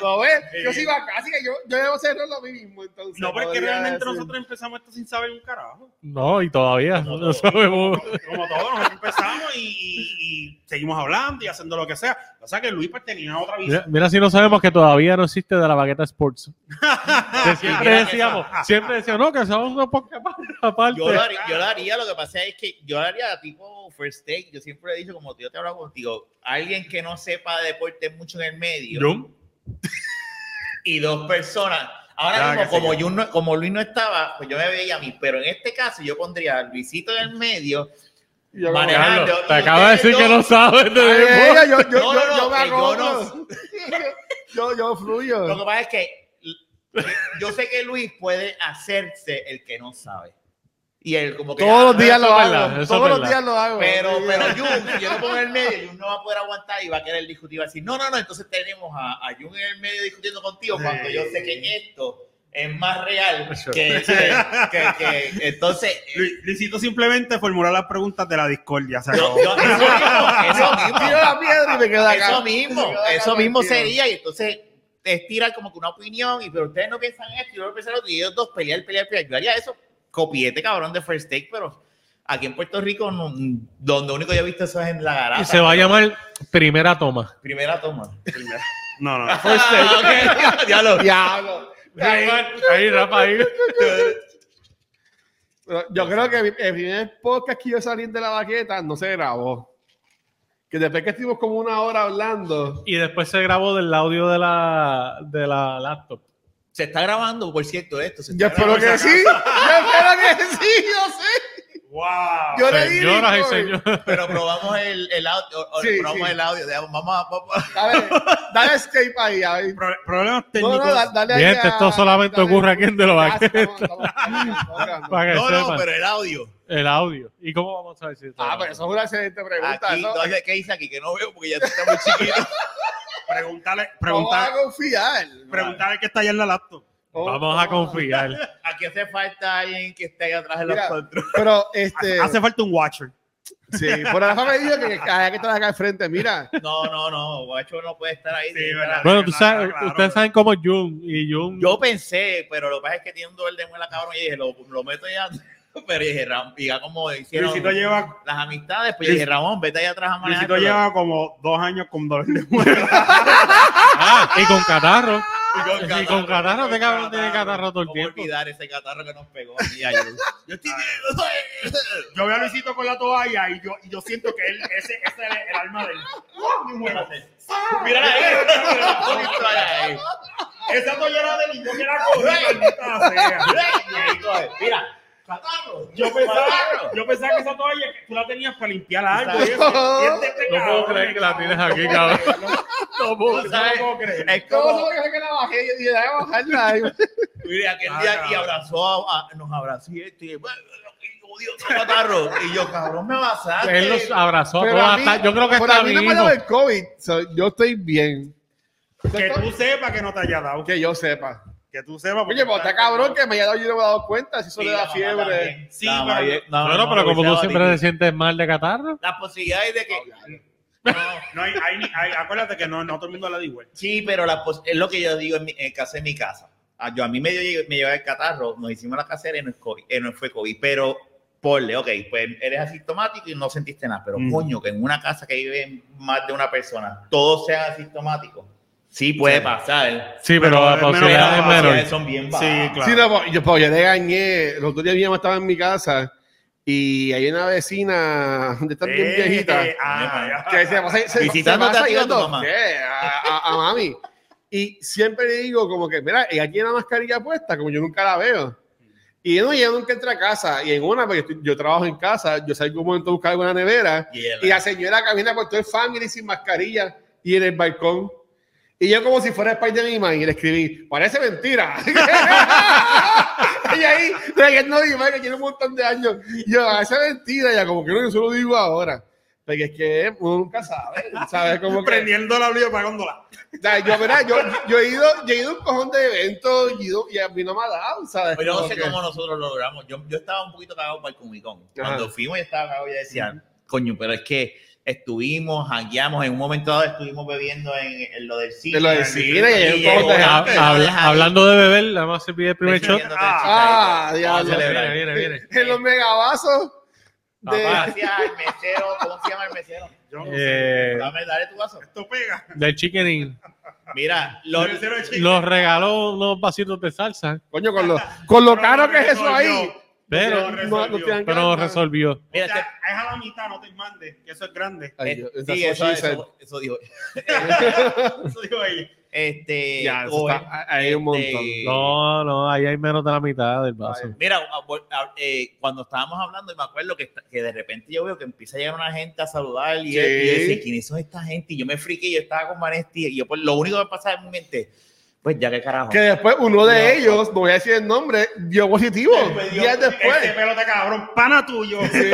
Speaker 3: ¿Lo ves?
Speaker 5: Sí.
Speaker 3: Yo sí iba casi que yo, yo debo hacerlo a mí mismo, entonces.
Speaker 5: No, porque
Speaker 3: podría
Speaker 5: realmente
Speaker 3: decir.
Speaker 5: nosotros empezamos esto sin saber un carajo.
Speaker 4: No, y todavía no,
Speaker 2: todo.
Speaker 4: sabemos.
Speaker 5: Como todos, nosotros empezamos y, y- y seguimos hablando y haciendo lo que sea. O sea que Luis pues, tenía otra visión.
Speaker 4: Mira, mira si no sabemos que todavía no existe de la baqueta Sports. Que siempre
Speaker 2: mira
Speaker 4: decíamos, siempre decíamos, no, que somos un podcast aparte.
Speaker 2: Yo lo, haría, yo lo haría, lo que pasa es que yo lo haría tipo first take. Yo siempre he dicho, como tío, te hablo contigo, alguien que no sepa de deporte mucho en el medio y dos personas. Ahora
Speaker 5: Claro
Speaker 2: mismo,
Speaker 5: que sí.
Speaker 2: como, yo no- como Luis no estaba, pues yo me veía a mí, pero en este caso yo pondría a Luisito en el medio.
Speaker 3: Y yo como-
Speaker 2: Vale,
Speaker 4: Carlos,
Speaker 2: Fernando,
Speaker 4: te
Speaker 2: y
Speaker 4: acabo de
Speaker 2: ustedes
Speaker 4: decir que
Speaker 2: dos-
Speaker 4: no sabes de
Speaker 3: Ay,
Speaker 4: deporte.
Speaker 3: ella,
Speaker 2: No,
Speaker 3: yo, yo, yo,
Speaker 2: no,
Speaker 3: yo me
Speaker 2: que yo no-
Speaker 3: acoplo. yo, yo fluyo.
Speaker 2: Lo que pasa es que yo sé que Luis puede hacerse el que no sabe. Y él como que...
Speaker 3: Todos los
Speaker 2: ah,
Speaker 3: días lo
Speaker 4: eso es verdad,
Speaker 3: hago.
Speaker 4: eso
Speaker 3: Todos
Speaker 4: es
Speaker 3: los
Speaker 4: verdad.
Speaker 3: días lo hago.
Speaker 2: Pero,
Speaker 3: Sí,
Speaker 2: pero Jun, si yo lo pongo en el medio, Jun no va a poder aguantar y va a querer discutir. Va a decir, no, no, no, entonces tenemos a, a Jun en el medio discutiendo contigo cuando yo sé que esto es más real que... que- que- que- entonces...
Speaker 5: Lu- Luisito simplemente formuló las preguntas de la discordia. se
Speaker 2: yo-
Speaker 5: acabó.
Speaker 2: yo- eso mismo, eso mismo.
Speaker 3: Tiro la piedra y me quedo acá.
Speaker 2: Eso mismo,
Speaker 3: Me quedo acá
Speaker 2: eso mismo
Speaker 3: contigo.
Speaker 2: sería. Y entonces es tirar como que una opinión, y pero ustedes no piensan esto, yo no pienso lo otro, y ellos dos pelear, pelear, pelear. Yo haría eso, copiete cabrón de First Take, pero aquí en Puerto Rico, no- donde único yo he visto eso es en la
Speaker 4: Y
Speaker 2: garata.
Speaker 4: se va a llamar primera toma.
Speaker 2: Primera toma.
Speaker 5: No, no.
Speaker 2: Ah, ok. Ya lo-
Speaker 3: Diablo. Ahí-
Speaker 4: Ahí, Rafa, ahí.
Speaker 3: Pero Yo creo que el primer podcast que yo salí de la baqueta no se grabó. Que después que estuvimos como una hora hablando.
Speaker 4: Y después se grabó del audio de la, de la laptop.
Speaker 2: Se está grabando, por cierto, esto. se está
Speaker 3: Yo espero
Speaker 2: grabando.
Speaker 3: que sí. Yo espero que sí, yo sé.
Speaker 5: ¡Wow!
Speaker 3: Yo le di.
Speaker 4: Señoras y
Speaker 3: record.
Speaker 4: señores.
Speaker 2: Pero probamos el, el audio. o- o
Speaker 3: Sí,
Speaker 2: probamos
Speaker 3: sí.
Speaker 2: el audio. digamos, Vamos a. vamos a-
Speaker 3: Dale, dale escape ahí. a ver.
Speaker 5: Pro- problemas
Speaker 3: No,
Speaker 5: técnicos.
Speaker 3: no, da- dale ahí.
Speaker 4: Gente,
Speaker 3: a-
Speaker 4: esto solamente
Speaker 3: dale.
Speaker 4: ocurre aquí en De la
Speaker 3: Ya,
Speaker 4: Baqueta.
Speaker 3: estamos- estamos- estamos grabando.
Speaker 4: Para que
Speaker 2: No, no,
Speaker 4: sepan
Speaker 2: pero el audio.
Speaker 4: el audio. ¿Y cómo vamos a decir?
Speaker 3: Ah, pero eso es una excelente pregunta.
Speaker 2: Aquí,
Speaker 3: eso-
Speaker 2: entonces, ¿qué dice aquí? Que no veo porque ya está muy chiquito.
Speaker 5: Pregúntale,
Speaker 3: ¿Cómo vas
Speaker 5: pregúntale,
Speaker 3: a confiar?
Speaker 5: pregúntale que está allá en la laptop.
Speaker 3: ¿Cómo-
Speaker 4: Vamos a
Speaker 3: cómo-
Speaker 4: confiar.
Speaker 2: Aquí hace falta alguien que esté ahí atrás de los
Speaker 3: Mira,
Speaker 2: controles.
Speaker 3: Pero este.
Speaker 5: Hace falta un watcher.
Speaker 3: Sí, por la me dijo que hay que estar acá al frente. Mira,
Speaker 2: No, no, no, guacho no puede estar ahí.
Speaker 5: Sí,
Speaker 2: tiene que
Speaker 5: verdad.
Speaker 2: estar
Speaker 4: Bueno, tú
Speaker 5: Claro,
Speaker 4: sabes,
Speaker 5: claro.
Speaker 4: ustedes saben cómo es Jun. Y Jun.
Speaker 2: ahí. Yo pensé, pero lo que pasa es que tiene un dolor de muela cabrón y dije, lo, lo meto ya. Pero dije, Ramón, y ya como hicieron
Speaker 5: Luisito lleva,
Speaker 2: las amistades, pues yo dije, Ramón, vete allá atrás a manejar.
Speaker 5: Luisito
Speaker 2: pero-
Speaker 5: lleva como dos años con dolor de muela.
Speaker 4: Ah, y con catarro.
Speaker 2: Y
Speaker 4: Y con catarro, este cabrón tiene catarro todo el
Speaker 2: ¿Cómo
Speaker 4: tiempo.
Speaker 2: olvidar ese catarro que nos pegó a mí y a Jun? Yo estoy
Speaker 5: Yo veo a Luisito con la toalla y yo, y yo siento que él, ese, ese es el alma de él.
Speaker 2: Mira ahí.
Speaker 5: Esa toalla era de él y yo que la cogí, maldita sea.
Speaker 2: Mira, catarro.
Speaker 5: Yo pensaba,
Speaker 2: Catarro.
Speaker 5: yo pensaba que esa toalla que tú la tenías para limpiar algo.
Speaker 2: Exacto.
Speaker 5: y eso, y este
Speaker 4: No puedo
Speaker 5: cabrón,
Speaker 4: creer que la tienes aquí,
Speaker 5: No puedo creerlo.
Speaker 2: Tú
Speaker 5: No
Speaker 2: sabes,
Speaker 5: puedo creer.
Speaker 2: Es
Speaker 3: ¿cómo
Speaker 2: como,
Speaker 3: sabes que fue que la bajé? Yo dije, déjame bajarla. Y-
Speaker 2: Mira, aquel
Speaker 5: Ah,
Speaker 2: día
Speaker 5: cabrón.
Speaker 2: y abrazó, a, a- nos abrazó y este, bueno, odio otro catarro. Y yo, cabrón, me abrazaste.
Speaker 4: Él los abrazó.
Speaker 3: Pero
Speaker 4: todos
Speaker 3: a mí-
Speaker 4: hasta- yo creo que
Speaker 3: por
Speaker 4: está
Speaker 3: a mí no me
Speaker 4: vivo.
Speaker 3: ha dado el COVID. so, yo estoy bien.
Speaker 5: Que tú sepas que no te haya dado. Que,
Speaker 3: Que yo sepa.
Speaker 5: que tú sepas. porque
Speaker 3: Oye, pues está cabrón que me haya dado, yo no me he dado cuenta. Si eso
Speaker 2: Sí,
Speaker 3: le
Speaker 2: la
Speaker 3: da
Speaker 2: mamá
Speaker 3: fiebre.
Speaker 2: también.
Speaker 5: Sí,
Speaker 2: La mamá
Speaker 5: pero-
Speaker 2: bien.
Speaker 4: No, no, pero
Speaker 2: no,
Speaker 4: como
Speaker 2: no,
Speaker 4: tú
Speaker 2: no,
Speaker 4: siempre
Speaker 2: no.
Speaker 4: te sientes mal de catarro.
Speaker 2: Las posibilidades de que. No,
Speaker 5: No, hay, hay, hay- acuérdate que no, no todo el mundo la da igual.
Speaker 2: sí, pero la pos- es lo que yo digo en, mi, en el caso de mi casa. Ah, Yo, a mí me, dio, me llevaba el catarro, nos hicimos la casera y no, es COVID, eh, no fue COVID, pero ponle, ok, pues eres asintomático y no sentiste nada, pero
Speaker 5: Mm.
Speaker 2: coño, que en una casa que vive más de una persona, todos sean asintomáticos. Sí, puede
Speaker 5: Sí.
Speaker 2: pasar.
Speaker 4: Sí, pero
Speaker 5: Pero
Speaker 4: la
Speaker 5: es
Speaker 2: Pero
Speaker 5: menos
Speaker 4: posibilidad
Speaker 2: las
Speaker 4: es
Speaker 2: posibilidades
Speaker 4: menor.
Speaker 2: son bien
Speaker 5: Sí,
Speaker 2: bajas.
Speaker 5: claro.
Speaker 3: Sí, no, pues, yo, pues, yo le gañé. El otro día mi mamá estaba en mi casa y hay una vecina donde está bien
Speaker 5: Eh,
Speaker 3: viejita.
Speaker 5: eh, ah,
Speaker 3: que se pasa, se- se
Speaker 2: Visitando
Speaker 3: pasa
Speaker 2: a ti o a tu
Speaker 3: yendo,
Speaker 2: mamá.
Speaker 3: ¿qué? A, a- a mami. Y siempre le digo como que, mira, ella tiene la mascarilla puesta, como yo nunca la veo. Y no, ella nunca entra a casa. Y en una, porque estoy- yo trabajo en casa, yo salgo un momento a buscar alguna nevera.
Speaker 2: Y el-
Speaker 3: Y la señora camina por todo el family sin mascarilla y en el balcón. Y yo como si fuera Spider-Man y le escribí, parece mentira. y ahí, no Iman que tiene un montón de años. Y yo, "Ah, esa es mentira, ya como que no, yo solo digo ahora. Porque es que uno nunca sabe, ¿sabes? Como que,
Speaker 5: Prendiendo la vida pagándola.
Speaker 3: O sea, yo, mira, yo, yo he ido, yo he ido a un cojón de eventos y, he ido- y a mí no me ha dado,
Speaker 2: Pero
Speaker 3: ¿sabes?
Speaker 2: Pues yo no
Speaker 3: Como
Speaker 2: sé
Speaker 3: que-
Speaker 2: cómo nosotros lo logramos. Yo, yo estaba un poquito cagado para el Comicón.
Speaker 3: Ajá.
Speaker 2: Cuando fuimos, yo estaba cagado y decía, coño, pero es que estuvimos, jangueamos, en un momento dado estuvimos bebiendo en, en lo del cine.
Speaker 3: En lo del
Speaker 2: en-
Speaker 3: cine,
Speaker 2: y
Speaker 3: en
Speaker 2: llegó
Speaker 3: todo de
Speaker 2: una
Speaker 3: gente.
Speaker 2: pelada
Speaker 4: Ha- habla-
Speaker 2: ahí,
Speaker 4: hablando de beber, nada más se pide el primer shot.
Speaker 2: bebiéndote
Speaker 5: Ah,
Speaker 3: ah,
Speaker 2: el chicharito.
Speaker 3: diablo.
Speaker 2: Vamos a celebrar.
Speaker 4: Viene, viene, viene.
Speaker 3: En los megabasos de...
Speaker 4: Papá.
Speaker 2: Gracias al mesero, ¿cómo se llama el mesero?
Speaker 5: Yo no sé.
Speaker 4: Eh,
Speaker 2: Dame, dale tu vaso.
Speaker 5: Esto pega.
Speaker 4: del Chicken Inn.
Speaker 2: Mira, lo,
Speaker 5: Debe ser el chico.
Speaker 4: Nos regaló unos vasitos de salsa,
Speaker 3: Coño, con lo, con lo caro que es eso
Speaker 5: Resolvió.
Speaker 3: ahí.
Speaker 4: pero,
Speaker 5: No,
Speaker 3: No, no te dan
Speaker 4: pero
Speaker 3: ganas.
Speaker 4: resolvió.
Speaker 5: O sea,
Speaker 2: mira, este-
Speaker 5: es a la mitad, no te mandes, que eso es grande.
Speaker 3: Ay,
Speaker 2: eh,
Speaker 3: Dios, that's
Speaker 2: sí,
Speaker 3: what
Speaker 2: eso,
Speaker 3: she
Speaker 2: eso-
Speaker 3: said.
Speaker 2: eso dijo.
Speaker 5: Eso digo ahí.
Speaker 2: Este,
Speaker 3: Ya, eso
Speaker 2: o-
Speaker 3: está- hay un
Speaker 2: este,
Speaker 3: montón.
Speaker 4: No, no, ahí hay menos de la mitad del vaso.
Speaker 2: Mira, a- a- eh, cuando estábamos hablando, y me acuerdo que, esta- que de repente yo veo que empieza a llegar una gente a saludar y,
Speaker 3: Sí.
Speaker 2: y yo decía, ¿quiénes son esta gente? Y yo me friqué, yo estaba con Vanesti y yo pues, lo único que me pasaba en mi mente, pues ya que carajo.
Speaker 3: Que después uno de
Speaker 2: No.
Speaker 3: ellos, no voy a decir el nombre, dio positivo. días
Speaker 5: Ese
Speaker 3: después.
Speaker 5: pelota cabrón, pana tuyo.
Speaker 3: Sí.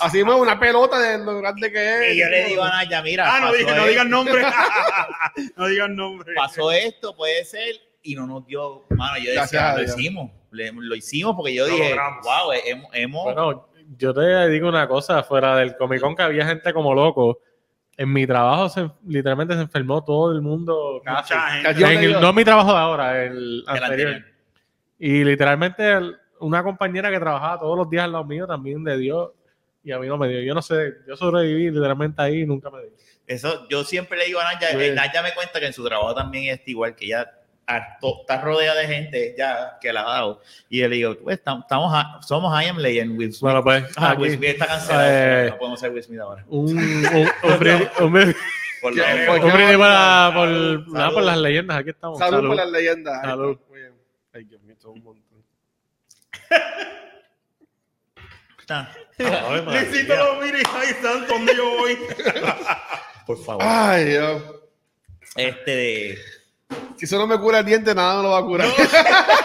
Speaker 3: Así me una pelota de lo grande que es.
Speaker 2: Y yo le digo a Naya, mira,
Speaker 5: Ah, no,
Speaker 2: pasó
Speaker 5: dije, no
Speaker 2: esto,
Speaker 5: digas nombre. no digas nombre.
Speaker 2: pasó esto, puede ser, y no nos dio, mano, yo
Speaker 3: Gracias
Speaker 2: decía,
Speaker 3: a
Speaker 2: lo
Speaker 3: Dios.
Speaker 2: hicimos, le- lo hicimos porque yo
Speaker 5: Lo
Speaker 2: dije,
Speaker 5: logramos.
Speaker 2: wow, hemos, hemos-
Speaker 4: Bueno, yo te digo una cosa, fuera del Comic Con que había gente como loco. En mi trabajo se, literalmente se enfermó todo el mundo. casi.
Speaker 5: Mucha gente.
Speaker 3: Yo
Speaker 4: En
Speaker 3: te
Speaker 4: el-
Speaker 3: digo-
Speaker 4: no en mi trabajo de ahora,
Speaker 2: el
Speaker 4: el anterior.
Speaker 2: anterior.
Speaker 4: Y literalmente el- una compañera que trabajaba todos los días al lado mío también le dio y a mí no me dio. Yo no sé, yo sobreviví literalmente ahí y nunca me dio.
Speaker 2: Eso, yo siempre le digo a Naya,
Speaker 3: Sí.
Speaker 4: Pues.
Speaker 2: eh, Naya me cuenta que en su trabajo también es igual, que ella harto- está rodeada de gente ya que la ha dado. Y yo le digo, pues tam- estamos, a- somos I Am Legend, Will Smith.
Speaker 4: Bueno, pues
Speaker 2: Ah,
Speaker 4: aquí,
Speaker 2: Will Smith está cancelado,
Speaker 4: Eh.
Speaker 2: no podemos ser Will Smith ahora.
Speaker 4: un, un- un brindis- un brindis-
Speaker 2: Por
Speaker 3: ¿Qué?
Speaker 2: la-
Speaker 3: ¿Por
Speaker 4: un brindis para- por,
Speaker 5: Salud.
Speaker 4: nada, por
Speaker 2: Salud.
Speaker 4: las leyendas. Aquí estamos.
Speaker 3: Salud,
Speaker 4: Salud.
Speaker 3: por las leyendas.
Speaker 4: Salud.
Speaker 3: Muy bien. Ay, Dios mío, esto es un montón.
Speaker 2: Ah,
Speaker 4: Ay, madre
Speaker 5: Luisito
Speaker 4: mía.
Speaker 5: lo mira y ay, santo, ¿dónde yo voy?
Speaker 2: por favor.
Speaker 3: Ay, Dios.
Speaker 2: Este de...
Speaker 3: Si eso no me cura el diente, nada me lo va a curar.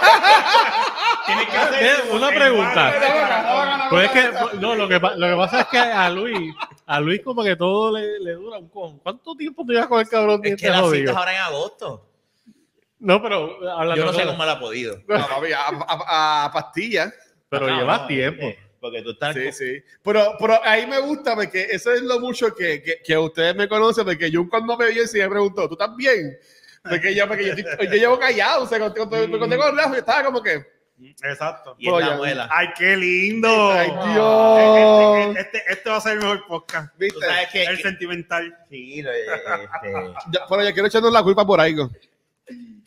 Speaker 5: Tienes que
Speaker 4: Eh, una pregunta.
Speaker 5: Hermano,
Speaker 4: Pues es que, no, lo que, pa- lo que pasa es que a Luis, a Luis como que todo le, le dura un con. ¿Cuánto tiempo te llevas con el cabrón?
Speaker 2: Es
Speaker 4: diente
Speaker 2: que la cita
Speaker 4: jodido?
Speaker 2: es ahora en agosto.
Speaker 4: No, pero hablando
Speaker 2: Yo no sé
Speaker 4: claro,
Speaker 2: cómo la ha podido.
Speaker 3: No, papi, a, a- a pastillas.
Speaker 4: Pero
Speaker 2: No,
Speaker 4: llevas
Speaker 2: no,
Speaker 4: tiempo.
Speaker 2: eh, Porque tú estás...
Speaker 3: Sí, sí. Pero, pero ahí me gusta porque eso es lo mucho que, que, que ustedes me conocen, porque yo cuando me vio siempre me preguntó, ¿tú estás bien? Porque yo, porque yo, estoy- yo llevo callado, o sea, cuando cuando- cuando
Speaker 4: Mm.
Speaker 3: tengo el relajo, yo estaba como que,
Speaker 5: Exacto.
Speaker 2: Y es la
Speaker 3: Oye,
Speaker 2: abuela.
Speaker 4: ah,
Speaker 5: Ay, qué
Speaker 4: Oh,
Speaker 5: lindo.
Speaker 3: ay
Speaker 5: Este,
Speaker 3: Dios,
Speaker 5: este, este va a ser el mejor podcast.
Speaker 2: Tú
Speaker 3: viste.
Speaker 2: sabes
Speaker 4: Eh,
Speaker 2: que...
Speaker 5: El
Speaker 2: que-
Speaker 5: sentimental.
Speaker 2: Sí, lo- eh, este,
Speaker 3: Ya, pero yo quiero echarnos la culpa por algo.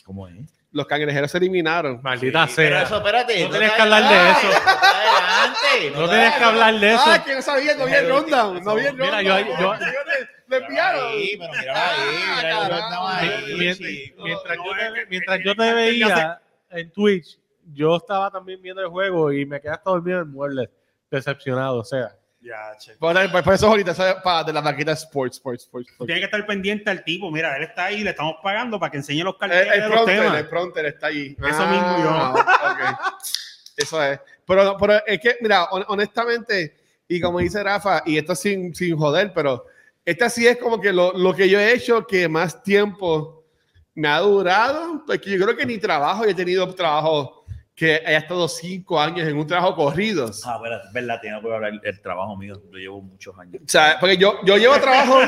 Speaker 2: ¿Cómo es?
Speaker 3: Los cangrejeros se eliminaron.
Speaker 4: Maldita sea.
Speaker 2: Pero eso, espérate.
Speaker 4: No tienes
Speaker 2: te
Speaker 4: que hablar de
Speaker 2: adelantes,
Speaker 4: eso.
Speaker 2: No te adelantes,
Speaker 4: No
Speaker 2: te
Speaker 4: tienes que hablar de eso.
Speaker 3: Ah, que no sabía, no vi el rundown, no vi el
Speaker 4: Mira,
Speaker 3: rundown.
Speaker 4: yo- yo-
Speaker 3: lo
Speaker 2: Míralo
Speaker 3: enviaron.
Speaker 2: ahí, pero míralo ahí,
Speaker 3: Ah,
Speaker 2: míralo,
Speaker 3: carajo.
Speaker 2: estamos ahí,
Speaker 4: Mien-
Speaker 2: sí.
Speaker 4: mientras
Speaker 5: No,
Speaker 4: yo
Speaker 5: no,
Speaker 4: te,
Speaker 5: es que-
Speaker 4: mientras
Speaker 5: es
Speaker 4: yo
Speaker 5: que-
Speaker 4: te
Speaker 5: es que
Speaker 4: veía en Twitch, yo estaba también viendo el juego y me quedé hasta dormido en el mueble, decepcionado. O sea,
Speaker 5: Ya, che.
Speaker 3: Por, por- por pues, eso ahorita eso es para de la maqueta Sports, Sports, Sports. Sports.
Speaker 5: Tiene que estar pendiente al tipo. Mira, él está ahí, le estamos pagando para que enseñe los
Speaker 3: Eh, El,
Speaker 5: carteles
Speaker 3: el
Speaker 5: de los
Speaker 3: prompter,
Speaker 5: temas.
Speaker 3: el prompter está ahí. Ah,
Speaker 5: Eso mismo yo.
Speaker 3: ok. Eso es. Pero, no, pero es que, mira, hon- honestamente, y como dice Rafa, y esto sin, sin joder, pero esta sí es como que lo, lo que yo he hecho que más tiempo me ha durado, porque yo creo que ni trabajo, yo he tenido trabajo que haya estado cinco años en un trabajo corridos.
Speaker 2: Ah, verdad, verdad, tengo que hablar del trabajo mío, lo llevo muchos años.
Speaker 3: O sea, porque yo, yo llevo trabajo.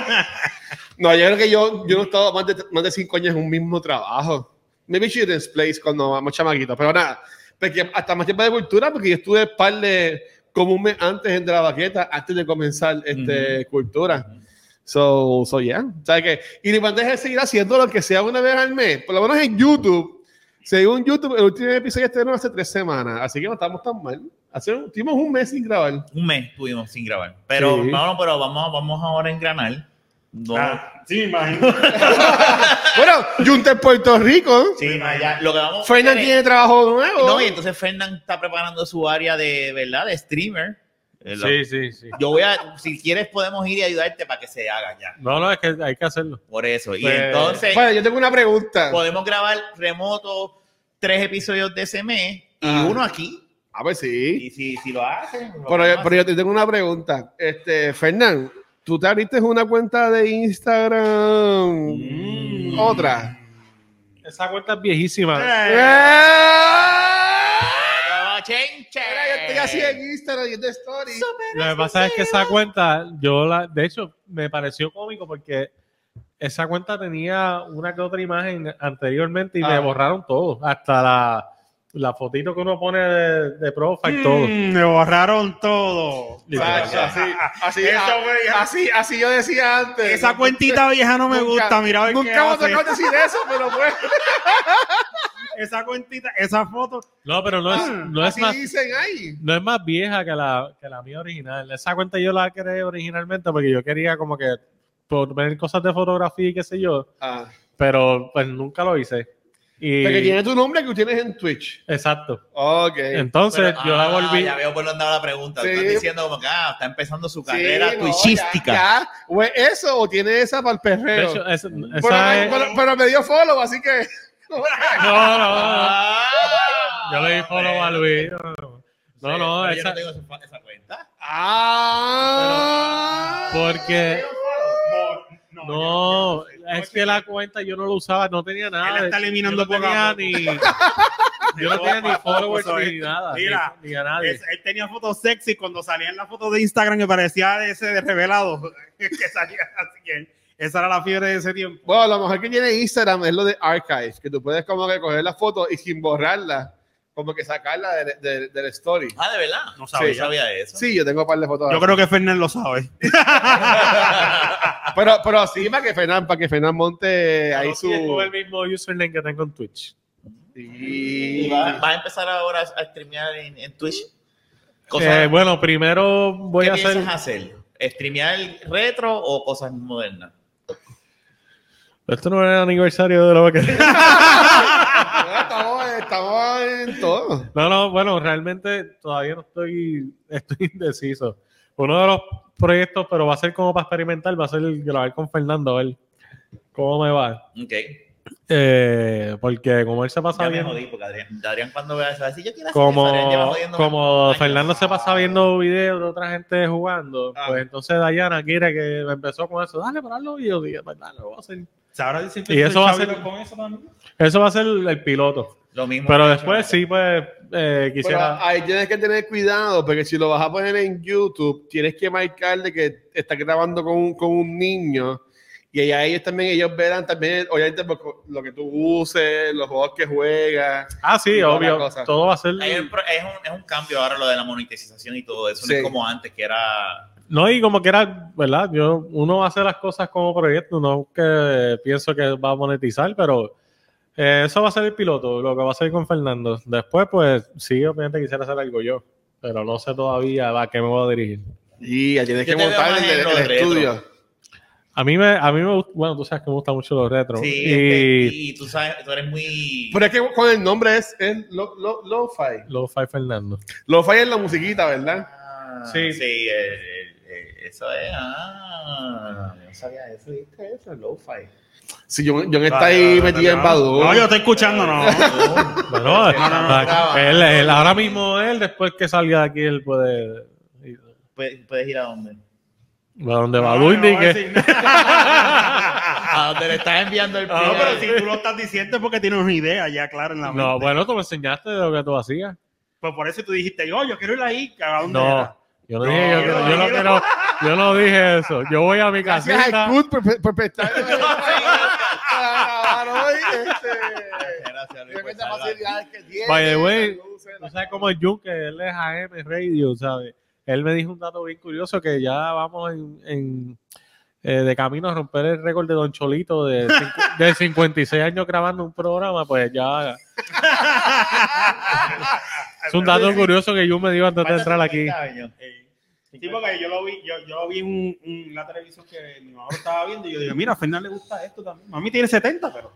Speaker 3: No, yo creo que yo, yo no he estado más de, más de cinco años en un mismo trabajo. Maybe Children's Place cuando vamos chamaquitos, pero nada. Porque hasta más tiempo de cultura, porque yo estuve un par de, como un mes antes en De La Baqueta, antes de comenzar este, cultura. O So, so yeah. O sea que, y la bandeja es seguir haciendo lo que sea una vez al mes. Por lo menos en YouTube. Según YouTube, el último episodio estrenó hace tres semanas. Así que no estamos tan mal. Hace, tuvimos un mes sin grabar.
Speaker 2: Un mes estuvimos sin grabar. Pero,
Speaker 3: Sí.
Speaker 2: no, no, pero vamos, vamos ahora a engranar. No,
Speaker 5: Ah, sí, me imagino.
Speaker 3: Bueno, Junta en Puerto Rico.
Speaker 2: sí, no, ya, lo que vamos a hacer
Speaker 3: Fernan
Speaker 2: es-
Speaker 3: tiene trabajo nuevo.
Speaker 2: No, y entonces Fernan está preparando su área de, ¿verdad? De streamer. ¿verdad?
Speaker 4: Sí, sí, sí.
Speaker 2: Yo voy a, si quieres podemos ir y ayudarte para que se haga ya.
Speaker 4: No, no, es que hay que hacerlo.
Speaker 2: Por eso. Y
Speaker 3: Pues,
Speaker 2: entonces
Speaker 3: Bueno, yo tengo una pregunta.
Speaker 2: podemos grabar remoto tres episodios de ese mes y
Speaker 3: Ah.
Speaker 2: uno aquí.
Speaker 3: A ver, sí.
Speaker 2: Y si, si lo hacen. lo
Speaker 3: Pero, yo-
Speaker 2: podemos
Speaker 3: pero yo te tengo una pregunta. Este, Fernán, ¿tú te abriste una cuenta de Instagram?
Speaker 5: Mm.
Speaker 3: Otra.
Speaker 4: Esa cuenta es viejísima.
Speaker 5: Eh,
Speaker 3: ¡Eh!
Speaker 2: hacer. ¡Bravo, chenche!
Speaker 3: Mira, yo estoy así en Instagram y en The Story.
Speaker 4: Lo que pasa es que esa cuenta, yo la, de hecho, me pareció cómico porque esa cuenta tenía una que otra imagen anteriormente y me
Speaker 3: Ah.
Speaker 4: borraron todo, hasta la, la fotito que uno pone de, de profile, todo.
Speaker 5: mm, Me borraron todo.
Speaker 4: Literal.
Speaker 3: Sacha, así, así,
Speaker 5: Eso,
Speaker 3: a-
Speaker 5: güey.
Speaker 3: así, así yo decía antes.
Speaker 5: Esa cuentita vieja no me
Speaker 3: Nunca-
Speaker 5: gusta. Mira, a ver qué
Speaker 3: Nunca vamos a
Speaker 5: hace.
Speaker 3: tocar decir eso, pero pues.
Speaker 5: Esa cuentita, esa foto.
Speaker 4: No, pero no es, no es
Speaker 3: así
Speaker 4: más
Speaker 3: dicen ahí.
Speaker 4: no es más vieja que la, que la mía original. Esa cuenta yo la creé originalmente porque yo quería como que poner cosas de fotografía y qué sé yo,
Speaker 3: Ah.
Speaker 4: pero pues nunca lo hice. Y,
Speaker 3: Porque tiene tu nombre que tienes en Twitch.
Speaker 4: exacto.
Speaker 3: Ok.
Speaker 4: Entonces
Speaker 2: Eh, Pero-
Speaker 4: yo la
Speaker 2: ah,
Speaker 4: volví.
Speaker 2: Ya veo por dónde andaba la pregunta.
Speaker 3: Sí.
Speaker 2: Están diciendo como que ah, está empezando su
Speaker 3: Sí,
Speaker 2: carrera
Speaker 3: no,
Speaker 2: twitchística.
Speaker 3: ya, ya. O es eso, o tiene esa para el
Speaker 4: De
Speaker 3: perreo.
Speaker 4: hecho, es-
Speaker 3: pero,
Speaker 4: esa
Speaker 3: me,
Speaker 4: es-
Speaker 3: pero- pero me dio follow, así que.
Speaker 4: No, no, no, no.
Speaker 2: Ah,
Speaker 4: Yo le di follow a Luis. No,
Speaker 2: pero
Speaker 4: no,
Speaker 2: yo
Speaker 4: esa-
Speaker 2: no tengo esa, esa cuenta.
Speaker 3: ¡Ah!
Speaker 4: porque
Speaker 5: No,
Speaker 4: no, es que la cuenta yo no la usaba, no tenía nada.
Speaker 5: Él la está eliminando
Speaker 4: yo no
Speaker 5: poco
Speaker 4: tenía
Speaker 5: a poco.
Speaker 4: ni, yo no tenía ni followers ni nada, ni-
Speaker 5: Mira,
Speaker 4: ni, a nadie.
Speaker 5: Es- él tenía fotos sexy cuando salían las fotos de Instagram que parecía de ese de revelado que salía así que esa era la fiebre de ese tiempo.
Speaker 3: Bueno, lo mejor que tiene Instagram es lo de archive, que tú puedes como que coger la foto y sin borrarla, como que sacarla del, del- del story.
Speaker 2: Ah, de verdad.
Speaker 5: No sabía.
Speaker 2: Yo sabía de eso.
Speaker 3: Sí, yo tengo un par de fotos.
Speaker 5: Yo creo que Fernández lo sabe.
Speaker 3: Pero, pero sí, para que Fernán, para que Fernán monte
Speaker 4: Pero
Speaker 3: ahí
Speaker 4: sí es con el
Speaker 3: su.
Speaker 4: mismo username que tengo en Twitch.
Speaker 2: Y
Speaker 3: Sí.
Speaker 2: va, va a empezar ahora a streamear en, en Twitch.
Speaker 4: Eh,
Speaker 2: Cosas,
Speaker 4: bueno, primero voy
Speaker 2: ¿Qué
Speaker 4: a hacer.
Speaker 2: piensas hacer? ¿Streamear retro o cosas modernas?
Speaker 4: Esto no era el aniversario de lo que.
Speaker 3: Bueno, Estamos, estamos en todo.
Speaker 4: No, no, bueno, realmente todavía no estoy, estoy indeciso. Uno de los proyectos, pero va a ser como para experimentar, va a ser el grabar con Fernando, a ver cómo me va.
Speaker 2: Ok.
Speaker 4: Eh, porque como él se
Speaker 2: Ya
Speaker 4: pasa
Speaker 2: me
Speaker 4: viendo,
Speaker 2: jodí porque Adrián, Adrián cuando vea eso va a decir, yo quiero hacer eso. Adrián lleva
Speaker 4: como,
Speaker 2: jodiéndome
Speaker 4: como
Speaker 2: años.
Speaker 4: Fernando se pasa viendo videos de otra gente jugando,
Speaker 3: Ah.
Speaker 4: pues entonces Dayana quiere que empezó con eso, dale, para los videos, y yo dije, pues dale, lo voy a hacer.
Speaker 5: Ahora dicen
Speaker 4: Y eso va a ser-
Speaker 5: con eso también.
Speaker 4: Eso va a ser el piloto.
Speaker 2: Lo mismo.
Speaker 4: Pero
Speaker 2: que he
Speaker 4: después
Speaker 2: hecho.
Speaker 4: sí, pues eh,
Speaker 3: Pero ah,
Speaker 4: quisiera.
Speaker 3: ahí tienes que tener cuidado, porque si lo vas a poner en YouTube, tienes que marcarle que está grabando con un, con un niño. Y ahí a ellos también, ellos verán también, obviamente, lo- lo que tú uses, los juegos que juegas.
Speaker 4: Ah, sí,
Speaker 3: y toda la
Speaker 4: obvio.
Speaker 3: cosa.
Speaker 4: Todo va a ser.
Speaker 2: Hay un pro- Es un, es un cambio ahora lo de la monetización y todo eso.
Speaker 3: Sí.
Speaker 2: No es como antes que era.
Speaker 4: No, y como que era, ¿verdad? Yo, uno hace las cosas como proyecto, no que pienso que va a monetizar, pero eh, eso va a ser el piloto, lo que va a ser con Fernando. Después, pues, sí, obviamente quisiera hacer algo yo, pero no sé todavía a qué me voy a dirigir.
Speaker 3: Y ahí tienes
Speaker 2: Yo te
Speaker 3: que
Speaker 2: veo
Speaker 3: montar
Speaker 2: más
Speaker 3: el,
Speaker 2: en
Speaker 3: el
Speaker 2: los retro.
Speaker 3: estudio.
Speaker 4: A mí me, a mí me gusta, bueno, tú sabes que me gustan mucho los retros.
Speaker 2: Sí,
Speaker 4: y
Speaker 2: este, y tú sabes, tú eres muy.
Speaker 3: Pero es que con el nombre es, es lo, lo, Lo-Fi.
Speaker 4: los Five Fernando.
Speaker 3: Lo-Fi es la musiquita, ¿verdad?
Speaker 2: Ah,
Speaker 4: Sí.
Speaker 2: Sí, el- el- el- eso es. Ah, yo no sabía eso, ¿viste eso? Lo-fi.
Speaker 3: Si John, John está ahí metido en Badu.
Speaker 5: No, yo estoy escuchando, no.
Speaker 4: No, no,
Speaker 2: no, no,
Speaker 4: ah,
Speaker 2: graba.
Speaker 4: él, él, ahora mismo él, después que salga de aquí, él puede ir
Speaker 2: Puedes, puedes ir a dónde.
Speaker 4: a donde va
Speaker 5: No,
Speaker 4: Luis
Speaker 5: no voy a
Speaker 4: Díguez.
Speaker 5: decir nada.
Speaker 2: A dónde le estás enviando el pie.
Speaker 5: No, pero si tú lo estás diciendo es porque tienes una idea ya clara en la mente.
Speaker 4: No, bueno, tú me enseñaste de lo que tú hacías.
Speaker 5: Pues por eso tú dijiste, oh, yo quiero ir ahí, ¿a dónde
Speaker 4: No,
Speaker 5: era?
Speaker 4: yo no,
Speaker 5: No,
Speaker 4: dije,
Speaker 5: yo
Speaker 4: yo,
Speaker 5: no
Speaker 4: yo no,
Speaker 5: quiero.
Speaker 4: que no- yo no dije eso. Yo voy a mi
Speaker 3: Gracias
Speaker 4: casita.
Speaker 3: a Scoot por, por prestarme para grabar hoy. Este,
Speaker 2: Gracias, Luis, por
Speaker 3: tremenda
Speaker 2: salvar.
Speaker 3: facilidades que tiene.
Speaker 4: By the way,
Speaker 3: las luces,
Speaker 4: Tú
Speaker 3: las
Speaker 4: sabes cómo es Jun, que él es AM Radio, ¿sabes? Él me dijo un dato bien curioso que ya vamos en, en, eh, de camino a romper el récord de Don Cholito de, cincu- de 56 años grabando un programa, pues ya. es un dato curioso que yo me dio antes de entrar aquí.
Speaker 2: Eh,
Speaker 5: Sí, porque yo lo vi, yo, yo lo vi en un- en la televisión que mi mamá lo estaba viendo y yo dije, mira, a Fernández le gusta esto también. Mami tiene 70, pero.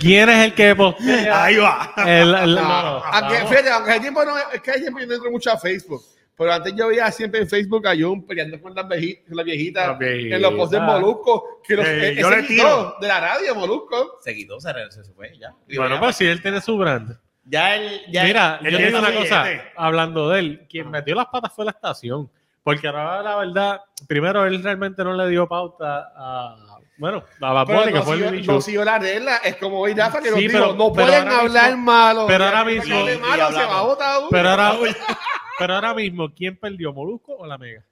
Speaker 4: ¿Quién es el que postea?
Speaker 5: Ahí va.
Speaker 4: el- el- no, no,
Speaker 3: Aunque,
Speaker 4: no.
Speaker 3: fíjate, aunque hay tiempo no, es que hay tiempo yo no entro mucho a Facebook. Pero antes yo veía siempre en Facebook a Jun peleando con las viejitas, la viejita,
Speaker 4: Las viejitas.
Speaker 3: en los posts de Molusco. Que los, e-,
Speaker 5: Eh,
Speaker 3: ese
Speaker 5: yo le
Speaker 3: quitó
Speaker 5: tiro.
Speaker 3: de la radio, Molusco.
Speaker 2: Se quitó, se, re- se fue, ya. Digo,
Speaker 4: Bueno,
Speaker 2: ya,
Speaker 4: pues si él tiene su brand.
Speaker 2: ya él. Ya
Speaker 4: Mira,
Speaker 5: él
Speaker 4: yo te
Speaker 5: tiene
Speaker 4: digo una
Speaker 5: su
Speaker 4: cosa,
Speaker 5: billete.
Speaker 4: hablando de él, quien metió las patas fue la estación. Porque ahora la verdad, primero él realmente no le dio pauta a. Bueno, a Bad Bunny, que
Speaker 3: no
Speaker 4: fue
Speaker 3: siguió-
Speaker 4: el
Speaker 3: no
Speaker 4: bicho.
Speaker 3: siguió la regla. Es como hoy Rafa que
Speaker 4: Sí,
Speaker 3: nos dijo,
Speaker 4: pero-
Speaker 3: no
Speaker 4: pero
Speaker 3: pueden
Speaker 4: ahora
Speaker 3: hablar
Speaker 4: mismo-
Speaker 3: malo.
Speaker 4: pero
Speaker 3: Y
Speaker 4: ahora
Speaker 3: aquí
Speaker 4: mismo-
Speaker 3: hablan de malo,
Speaker 2: y
Speaker 3: se va a
Speaker 2: hablamos.
Speaker 3: votar uno.
Speaker 4: Pero ahora, pero ahora mismo, ¿quién perdió? ¿Molusco o la Mega?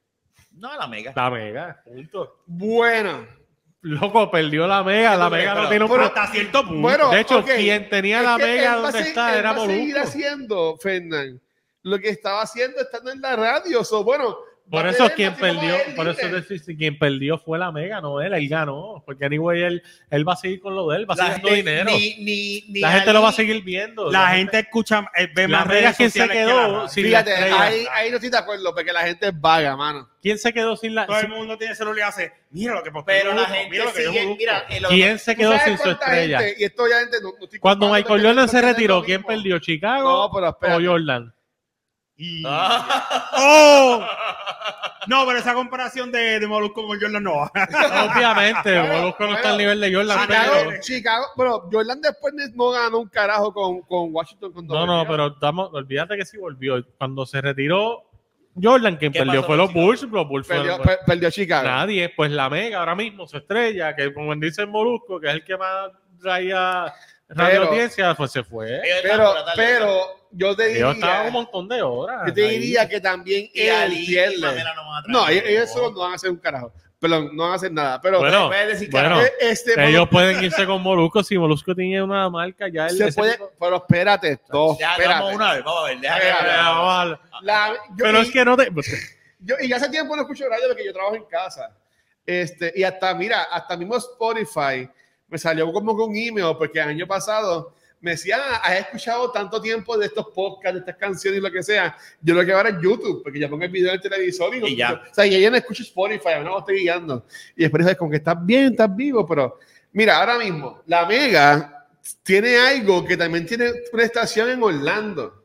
Speaker 2: No, la mega.
Speaker 4: La Mega, punto.
Speaker 3: Bueno,
Speaker 4: Loco, perdió la Mega. La
Speaker 2: Pero-
Speaker 4: Mega no
Speaker 2: pero-
Speaker 4: tiene un
Speaker 3: pero-
Speaker 4: pro-
Speaker 5: Hasta cierto punto.
Speaker 3: bueno.
Speaker 4: De hecho,
Speaker 3: ok.
Speaker 4: quien tenía
Speaker 3: Es
Speaker 4: la
Speaker 3: que
Speaker 4: Mega
Speaker 3: él va a
Speaker 4: donde
Speaker 3: se-
Speaker 4: está
Speaker 3: él
Speaker 4: era
Speaker 3: va a seguir
Speaker 4: Molusco.
Speaker 3: haciendo, Fernán, lo que estaba haciendo estando en la radio. So, bueno,
Speaker 4: Por
Speaker 3: va a
Speaker 4: eso
Speaker 3: tener
Speaker 4: quien
Speaker 3: así como
Speaker 4: perdió,
Speaker 3: él
Speaker 4: por eso
Speaker 3: dice.
Speaker 4: decir, si quien perdió fue la Mega, no él, él ganó. Porque anyway, él, él va a seguir con lo de él, va a
Speaker 2: La
Speaker 4: seguir dando
Speaker 2: gente-
Speaker 4: dinero.
Speaker 2: ni- ni- ni
Speaker 4: la gente
Speaker 2: ahí-
Speaker 4: lo va a seguir viendo.
Speaker 5: la gente escucha, eh, ve
Speaker 4: La
Speaker 5: más
Speaker 4: regla
Speaker 5: redes
Speaker 4: que se
Speaker 5: sociales
Speaker 4: quedó,
Speaker 5: la radio.
Speaker 4: sí.
Speaker 3: Fíjate,
Speaker 4: la estrella.
Speaker 3: ahí, ahí no estoy de acuerdo, porque la gente es vaga, mano.
Speaker 4: ¿Quién se quedó sin la
Speaker 5: Todo
Speaker 3: Pues,
Speaker 5: el mundo tiene celular y hace, mira lo que posteó
Speaker 2: Pero la
Speaker 5: Molusco,
Speaker 2: gente
Speaker 5: mira lo que dio
Speaker 2: sigue.
Speaker 5: Molusco".
Speaker 2: Mira, eh, lo-
Speaker 4: ¿Quién se
Speaker 3: ¿Tú
Speaker 4: quedó
Speaker 3: sabes
Speaker 4: sin su
Speaker 3: cuánta
Speaker 4: estrella?
Speaker 3: gente- y esto ya gente no, no estoy
Speaker 4: Cuando
Speaker 3: culpando,
Speaker 4: Michael
Speaker 3: porque
Speaker 4: Jordan se
Speaker 3: porque es lo
Speaker 4: retiró,
Speaker 3: mismo.
Speaker 4: ¿quién perdió? ¿Chicago
Speaker 3: No, pero espera.
Speaker 4: o Jordan?
Speaker 5: Y-
Speaker 2: Ah,
Speaker 5: ¡Oh! No, pero esa comparación de, de Molusco con Jordan no va.
Speaker 4: Obviamente,
Speaker 3: Bueno,
Speaker 4: Molusco no está
Speaker 3: bueno,
Speaker 4: al nivel de Jordan.
Speaker 3: Chicago,
Speaker 4: pero-
Speaker 3: Chicago, bueno, Jordan después no ganó un carajo con, con Washington. Con
Speaker 4: no, no,
Speaker 3: Domingo.
Speaker 4: pero estamos, olvídate que sí volvió. Cuando se retiró Jordan, quien
Speaker 2: ¿Qué
Speaker 4: perdió
Speaker 2: pasó
Speaker 4: fue
Speaker 2: con
Speaker 4: los
Speaker 2: Chicago?
Speaker 4: Bulls. Los Bulls
Speaker 3: Perdió,
Speaker 4: fueron- pues,
Speaker 3: per- perdió Chicago.
Speaker 4: nadie. Pues la Mega ahora mismo, su estrella, que como dice Molusco, que es el que más traía radio
Speaker 3: Pero-
Speaker 4: audiencia, pues se fue.
Speaker 2: ellos están
Speaker 3: Pero,
Speaker 2: por la tarde,
Speaker 3: pero yo te
Speaker 4: Yo estaba un
Speaker 3: diría,
Speaker 4: montón de horas.
Speaker 3: yo te
Speaker 4: ahí.
Speaker 3: diría que también
Speaker 2: Y
Speaker 3: él
Speaker 2: Ali y
Speaker 3: pierde.
Speaker 2: Pamela no van a traer
Speaker 3: No, ellos,
Speaker 2: ningún
Speaker 3: ellos
Speaker 2: gol.
Speaker 3: solos no van a hacer un carajo. Perdón, no van a hacer nada. Pero
Speaker 4: Bueno,
Speaker 2: Puedes decir que
Speaker 4: bueno.
Speaker 2: ahora-
Speaker 3: eh, este,
Speaker 4: Ellos pueden irse con Molusco. Si Molusco tiene una marca, ya él
Speaker 3: se
Speaker 4: ese
Speaker 3: puede,
Speaker 4: tipo-
Speaker 3: pero espérate, dos,
Speaker 2: Ya
Speaker 3: espérate.
Speaker 2: hablamos una vez, vamos a ver. deja que-
Speaker 3: Espérate.
Speaker 4: Ya, vamos a-
Speaker 3: La- yo-
Speaker 4: Pero
Speaker 3: y-
Speaker 4: es que no te.
Speaker 3: Yo, y hace tiempo no escucho radio porque yo trabajo en casa. Este, y hasta, mira, hasta mismo Spotify me salió como con un email porque el año pasado me decían, "Ah, has escuchado tanto tiempo de estos podcasts, de estas canciones y lo que sea. Yo lo que ahora es YouTube, porque ya pongo el video en el televisor y,
Speaker 2: Y ya.
Speaker 3: O sea, y ella no escucha Spotify, no lo estoy guiando. Y después es como que estás bien, estás vivo, pero mira, ahora mismo, la Mega tiene algo que también tiene una estación en Orlando.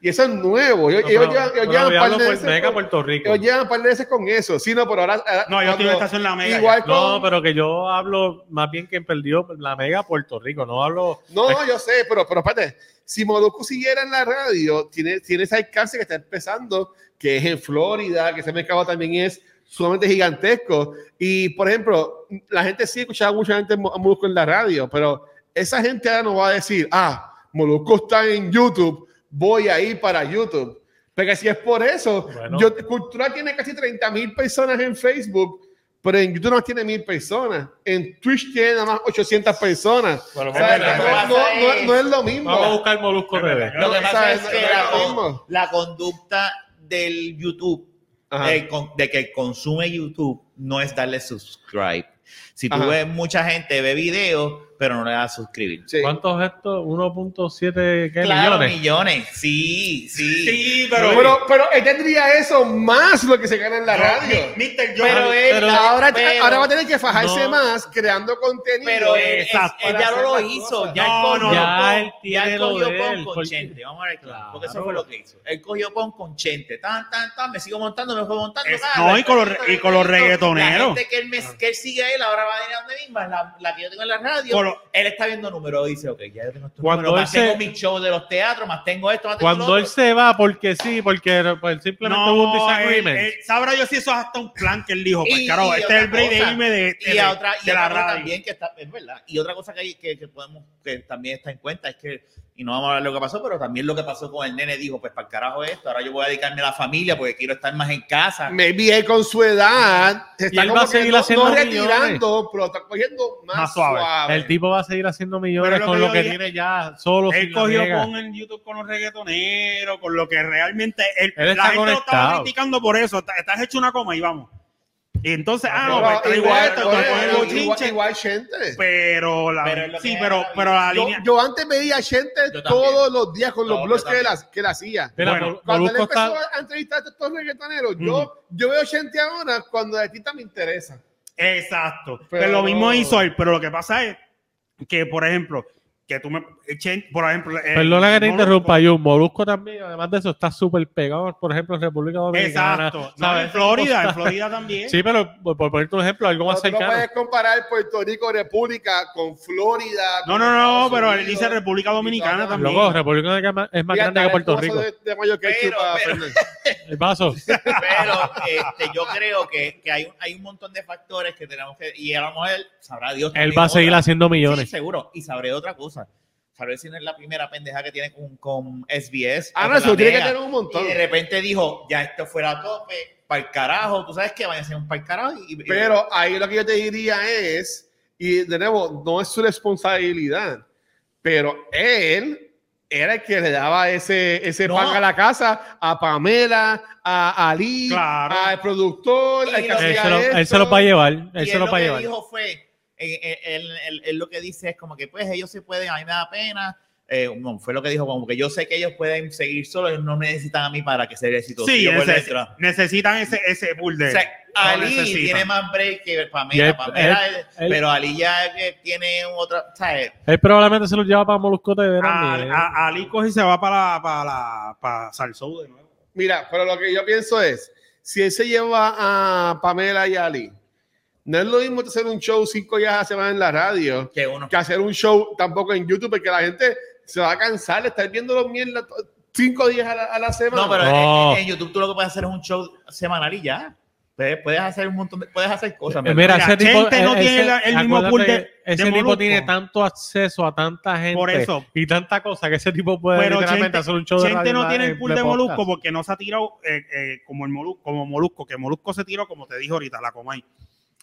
Speaker 3: Y eso es nuevo. Ellos, ellos llevan, ellos llevan
Speaker 4: Pero
Speaker 3: par de
Speaker 4: hablo por
Speaker 3: veces
Speaker 4: Mega
Speaker 3: con-
Speaker 4: Puerto Rico.
Speaker 3: ellos llevan un par de veces con eso. Sí, no, pero ahora. ahora-
Speaker 5: No, yo
Speaker 3: cuando-
Speaker 5: tengo estación La Mega.
Speaker 3: Igual con.
Speaker 4: No, pero que yo hablo más bien que perdió la Mega Puerto Rico. No hablo.
Speaker 3: No, yo sé, pero, pero espérate. Si Molusco siguiera en la radio, tiene, tiene ese alcance que está empezando, que es en Florida, que ese mercado también es sumamente gigantesco. Y, por ejemplo, la gente sí escuchaba mucha gente mo- a Molusco en la radio, pero esa gente ahora nos va a decir, ah, Molusco está en YouTube, voy a ir para YouTube. Porque si es por eso,
Speaker 4: Bueno.
Speaker 3: yo- Cultura tiene casi 30 mil personas en Facebook, pero en YouTube no tiene mil personas. En Twitch tiene nada más 800 personas.
Speaker 4: Bueno,
Speaker 3: O sea,
Speaker 4: bueno,
Speaker 3: no,
Speaker 4: bueno.
Speaker 3: no- no- no es lo mismo.
Speaker 4: Vamos a buscar Molusco Revés.
Speaker 3: No,
Speaker 2: Lo que pasa
Speaker 3: ¿sabes?
Speaker 2: es que
Speaker 3: No es
Speaker 2: la,
Speaker 3: lo
Speaker 2: con-
Speaker 3: mismo.
Speaker 2: la conducta del YouTube,
Speaker 3: Ajá.
Speaker 2: el con- de que consume YouTube, no es darle subscribe. Si tú
Speaker 3: Ajá.
Speaker 2: ves mucha gente ve videos, pero no le das suscribir.
Speaker 3: Sí.
Speaker 4: ¿Cuántos estos? 1.7 ¿qué?
Speaker 2: Claro, millones.
Speaker 4: millones.
Speaker 2: Sí, sí.
Speaker 5: Sí, pero.
Speaker 3: Pero, pero él tendría eso más lo que se gana en la radio.
Speaker 5: Mister Jordan.
Speaker 2: Pero él,
Speaker 4: Pero-
Speaker 3: ahora,
Speaker 2: pero-
Speaker 3: ahora va a tener que fajarse
Speaker 4: No.
Speaker 3: más creando contenido.
Speaker 2: pero él, es-
Speaker 5: Exacto.
Speaker 2: él ya no lo
Speaker 3: Para hacer las
Speaker 2: hizo.
Speaker 3: cosas.
Speaker 2: Ya
Speaker 5: No,
Speaker 2: él
Speaker 5: no,
Speaker 2: cogió
Speaker 4: ya
Speaker 2: con-
Speaker 4: él tiene
Speaker 2: ya él
Speaker 4: lo
Speaker 2: cogió
Speaker 4: de él,
Speaker 2: con
Speaker 4: porque-
Speaker 2: Conchente. Vamos a ver, claro, porque eso
Speaker 4: Claro.
Speaker 2: fue lo que hizo. Él cogió con Conchente. Tan, tan, tan, me sigo montando, me fue montando.
Speaker 5: Es-
Speaker 2: tal,
Speaker 5: no,
Speaker 2: la-
Speaker 5: y con los re- y con los reggaetoneros.
Speaker 2: La gente que él, me, que él sigue a él ahora va a ir a donde misma, es la, la que yo tengo en la radio.
Speaker 5: Con los-
Speaker 2: él está viendo números, dice, ok, ya yo tengo estos
Speaker 4: Cuando
Speaker 2: números, más
Speaker 4: él se-
Speaker 2: tengo mi show de los teatros, más tengo esto, más tengo
Speaker 4: Cuando
Speaker 2: lo
Speaker 4: él
Speaker 2: otro.
Speaker 4: se va porque sí, porque pues, simplemente hubo un disagreement.
Speaker 5: él- él- eh, sabrá yo si eso es hasta un plan que él dijo. Pues
Speaker 2: Y-
Speaker 5: claro,
Speaker 2: y
Speaker 5: este es el
Speaker 2: otra
Speaker 5: break de
Speaker 2: cosa,
Speaker 5: irme de, de-
Speaker 2: y a otra, y
Speaker 5: de
Speaker 2: otra
Speaker 5: la
Speaker 2: cosa
Speaker 5: radio.
Speaker 2: también que está, es verdad. Y otra cosa que, hay, que, que podemos, que también está en cuenta es que, y no vamos a hablar de lo que pasó, pero también lo que pasó con el nene dijo, pues para el carajo esto, ahora yo voy a dedicarme a la familia porque quiero estar más en casa.
Speaker 3: Maybe él con su edad se está
Speaker 4: él va
Speaker 3: como
Speaker 4: a
Speaker 3: que
Speaker 4: seguir
Speaker 3: no,
Speaker 4: haciendo
Speaker 3: no
Speaker 4: millones.
Speaker 3: retirando, pero está cogiendo más,
Speaker 5: Más
Speaker 3: suave.
Speaker 5: suave.
Speaker 4: El tipo va a seguir haciendo millones
Speaker 5: Pero lo
Speaker 4: con
Speaker 5: que
Speaker 4: lo que
Speaker 5: yo-
Speaker 4: tiene ya solo.
Speaker 5: Él
Speaker 4: sin la
Speaker 5: cogió
Speaker 4: Mega.
Speaker 5: con el YouTube con los reggaetoneros, con lo que realmente él-
Speaker 4: Él
Speaker 5: la
Speaker 4: está
Speaker 5: gente lo estaba
Speaker 4: conectado.
Speaker 5: criticando por eso. Está- Estás hecho una coma y vamos. Y entonces, ah, no,
Speaker 3: Pero
Speaker 5: pues traigo
Speaker 3: igual-
Speaker 5: esto, te voy a poner
Speaker 3: igual-
Speaker 5: bochinche.
Speaker 3: Igual gente.
Speaker 5: Pero la.
Speaker 2: Pero es lo que
Speaker 5: sí,
Speaker 2: es
Speaker 5: pero,
Speaker 2: la
Speaker 5: pero Pues, la
Speaker 3: Yo,
Speaker 5: línea.
Speaker 3: yo antes veía gente
Speaker 2: Yo también.
Speaker 3: todos los días con los
Speaker 2: No,
Speaker 3: blogs
Speaker 2: yo
Speaker 3: que él,
Speaker 2: también.
Speaker 3: que él hacía.
Speaker 4: Mira,
Speaker 5: Bueno,
Speaker 4: Mol-
Speaker 3: Cuando él
Speaker 4: Molusco
Speaker 3: empezó
Speaker 4: está-
Speaker 3: a entrevistar a todos estos reggaetoneros, yo, yo veo gente ahora cuando a ti me interesa.
Speaker 5: Exacto. Pero,
Speaker 3: Pero-
Speaker 5: lo mismo hizo él. Pero lo que pasa es que, por ejemplo, que tú me. Chen- por ejemplo. eh,
Speaker 4: Perdona que te
Speaker 5: Molusco-
Speaker 4: interrumpa, Jun. Molusco también, además de eso, está súper pegado, por ejemplo, en República Dominicana.
Speaker 5: Exacto. No,
Speaker 4: ¿sabes?
Speaker 5: en Florida, en Florida también.
Speaker 4: Sí, pero por, por ponerte un ejemplo, algo
Speaker 3: No,
Speaker 4: más
Speaker 3: tú no
Speaker 4: cercano.
Speaker 3: puedes comparar Puerto Rico República con Florida.
Speaker 5: No,
Speaker 3: con
Speaker 5: no, no,
Speaker 3: Estados
Speaker 5: pero él
Speaker 3: Unidos.
Speaker 5: dice República Dominicana
Speaker 3: Loco,
Speaker 5: también.
Speaker 4: Loco, República Dominicana es más
Speaker 3: Mira,
Speaker 4: grande que Puerto
Speaker 3: talentoso
Speaker 4: Rico.
Speaker 3: De, de mayo que
Speaker 2: Pero,
Speaker 3: chupa,
Speaker 2: pero-
Speaker 3: Fernández.
Speaker 4: El vaso.
Speaker 2: Pero este, yo creo que, que hay, un, hay un montón de factores que tenemos que. Y a lo mejor él, sabrá Dios.
Speaker 4: Él
Speaker 2: también
Speaker 4: va a seguir
Speaker 2: otra.
Speaker 4: haciendo
Speaker 2: Sí,
Speaker 4: millones.
Speaker 2: seguro. Y sabré otra cosa. Sabré si no es la primera pendeja que tiene con, con SBS.
Speaker 3: Ah,
Speaker 2: o
Speaker 3: no,
Speaker 2: con
Speaker 3: eso
Speaker 2: la
Speaker 3: tiene que
Speaker 2: nena.
Speaker 3: tener un montón.
Speaker 2: Y de repente dijo, ya esto fuera a tope, para el carajo. Tú sabes que van a ser un para el carajo. Y, y-
Speaker 3: Pero ahí lo que yo te diría es, y de nuevo, no es su responsabilidad, pero él era el que le daba ese, ese
Speaker 2: No.
Speaker 3: pan a la casa, a Pamela, a Ali,
Speaker 5: Claro.
Speaker 3: al productor,
Speaker 2: Y
Speaker 3: al que
Speaker 2: lo-
Speaker 3: hacía
Speaker 4: Él se, lo, él se
Speaker 3: esto.
Speaker 4: lo va a llevar.
Speaker 2: y
Speaker 4: Él se
Speaker 2: él
Speaker 4: lo
Speaker 2: lo
Speaker 4: va a
Speaker 2: que
Speaker 4: llevar.
Speaker 2: dijo fue, eh, eh, él, él- él lo que dice es como que pues ellos se pueden, a mí me da pena. Eh, no, fue lo que dijo, como que yo sé que ellos pueden seguir solos, ellos no necesitan a mí para que sea exitoso.
Speaker 5: Sí,
Speaker 2: Yo por
Speaker 5: ese-
Speaker 2: dentro.
Speaker 5: necesitan ese, ese pool de
Speaker 2: O
Speaker 5: él.
Speaker 2: sea,
Speaker 5: No
Speaker 2: Ali
Speaker 5: necesitan.
Speaker 2: tiene más break que
Speaker 4: Y
Speaker 2: Pamela.
Speaker 4: él-
Speaker 2: Pamela
Speaker 4: él-
Speaker 2: es-
Speaker 4: él-
Speaker 2: pero Ali ya eh, tiene otra. ¿sabes?
Speaker 4: Él probablemente se lo lleva para Molusco eh. TV
Speaker 5: A-
Speaker 4: también.
Speaker 5: a- Ali coge y se va para, para, la- para Salsou de nuevo.
Speaker 3: Mira, pero lo que yo pienso es, si él se lleva a Pamela y a Ali, no es lo mismo hacer un show cinco días a la semana en la radio
Speaker 2: Que uno.
Speaker 3: que hacer un show tampoco en YouTube, porque la gente se va a cansar de estar viendo los mierda to- cinco días a la, a la semana.
Speaker 2: No, pero
Speaker 4: No.
Speaker 2: En, en YouTube tú lo que puedes hacer es un show semanal y ya. Puedes, puedes hacer un montón de. Puedes hacer cosas.
Speaker 4: Eh,
Speaker 2: ¿verdad?
Speaker 4: Mira, ese
Speaker 5: Chente
Speaker 4: tipo,
Speaker 5: no
Speaker 4: eh,
Speaker 5: tiene
Speaker 4: ese-
Speaker 5: la- el mismo
Speaker 4: acuérdate
Speaker 5: pool de-
Speaker 4: que
Speaker 5: de
Speaker 4: ese
Speaker 5: Molusco.
Speaker 4: tipo tiene tanto acceso a tanta gente
Speaker 5: Por eso.
Speaker 4: y tanta cosa que ese tipo puede
Speaker 5: Pero
Speaker 4: literalmente
Speaker 5: Chente-
Speaker 4: hacer un show de
Speaker 5: Chente
Speaker 4: radio
Speaker 5: no
Speaker 4: en-
Speaker 5: tiene el pool de,
Speaker 4: podcast.
Speaker 5: Molusco porque no se ha tirado eh, eh, como, el Molusco, como Molusco, que Molusco se tiró, como te dije ahorita, la Comay.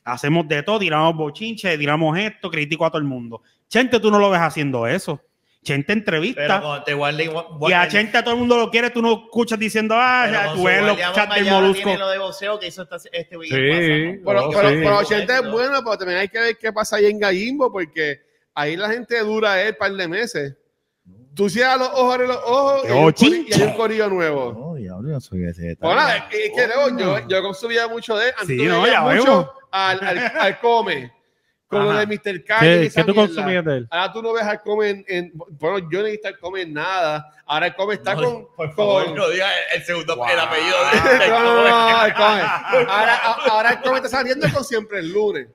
Speaker 5: Hacemos de todo, tiramos bochinche, tiramos esto, critico a todo el mundo. Chente, tú no lo ves haciendo eso. Chente
Speaker 2: Pero
Speaker 5: entrevista.
Speaker 2: cuando te guarde igual.
Speaker 5: Y a Chente a todo el mundo lo quiere, tú no escuchas diciendo, ah,
Speaker 2: pero
Speaker 5: ya,
Speaker 2: con
Speaker 5: tú
Speaker 2: su
Speaker 5: ves los
Speaker 2: guardián
Speaker 5: chats del
Speaker 2: mañana
Speaker 5: Molusco.
Speaker 2: tiene lo de boxeo que hizo esta- este
Speaker 4: Sí,
Speaker 3: Pero,
Speaker 4: Oh,
Speaker 3: pero,
Speaker 4: sí.
Speaker 3: pero 80 es bueno, pero también hay que ver qué pasa ahí en Gallimbo, porque ahí la gente dura el par de meses. Tú cierras los ojos, abres los ojos y hay, un cori- y hay un corillo nuevo.
Speaker 2: yo soy ese.
Speaker 3: Bueno, es que luego yo, yo consumía mucho de él. Antes
Speaker 5: Sí,
Speaker 3: yo
Speaker 5: no,
Speaker 3: veía
Speaker 5: ya vemos.
Speaker 3: mucho al, al, al come, con lo de
Speaker 5: Ajá.
Speaker 3: Mr. Kanye. y
Speaker 4: ¿Qué,
Speaker 3: esa
Speaker 4: qué tú
Speaker 3: mierda.
Speaker 4: consumías de él?
Speaker 3: Ahora tú no ves al come en, en- Bueno, yo no necesito al come en nada. Ahora el come está con.
Speaker 2: Por
Speaker 3: con-
Speaker 2: favor, no digas el segundo. El apellido de. este
Speaker 3: No, no, no, no, al Come. Ahora, ahora el come está saliendo con siempre el lunes.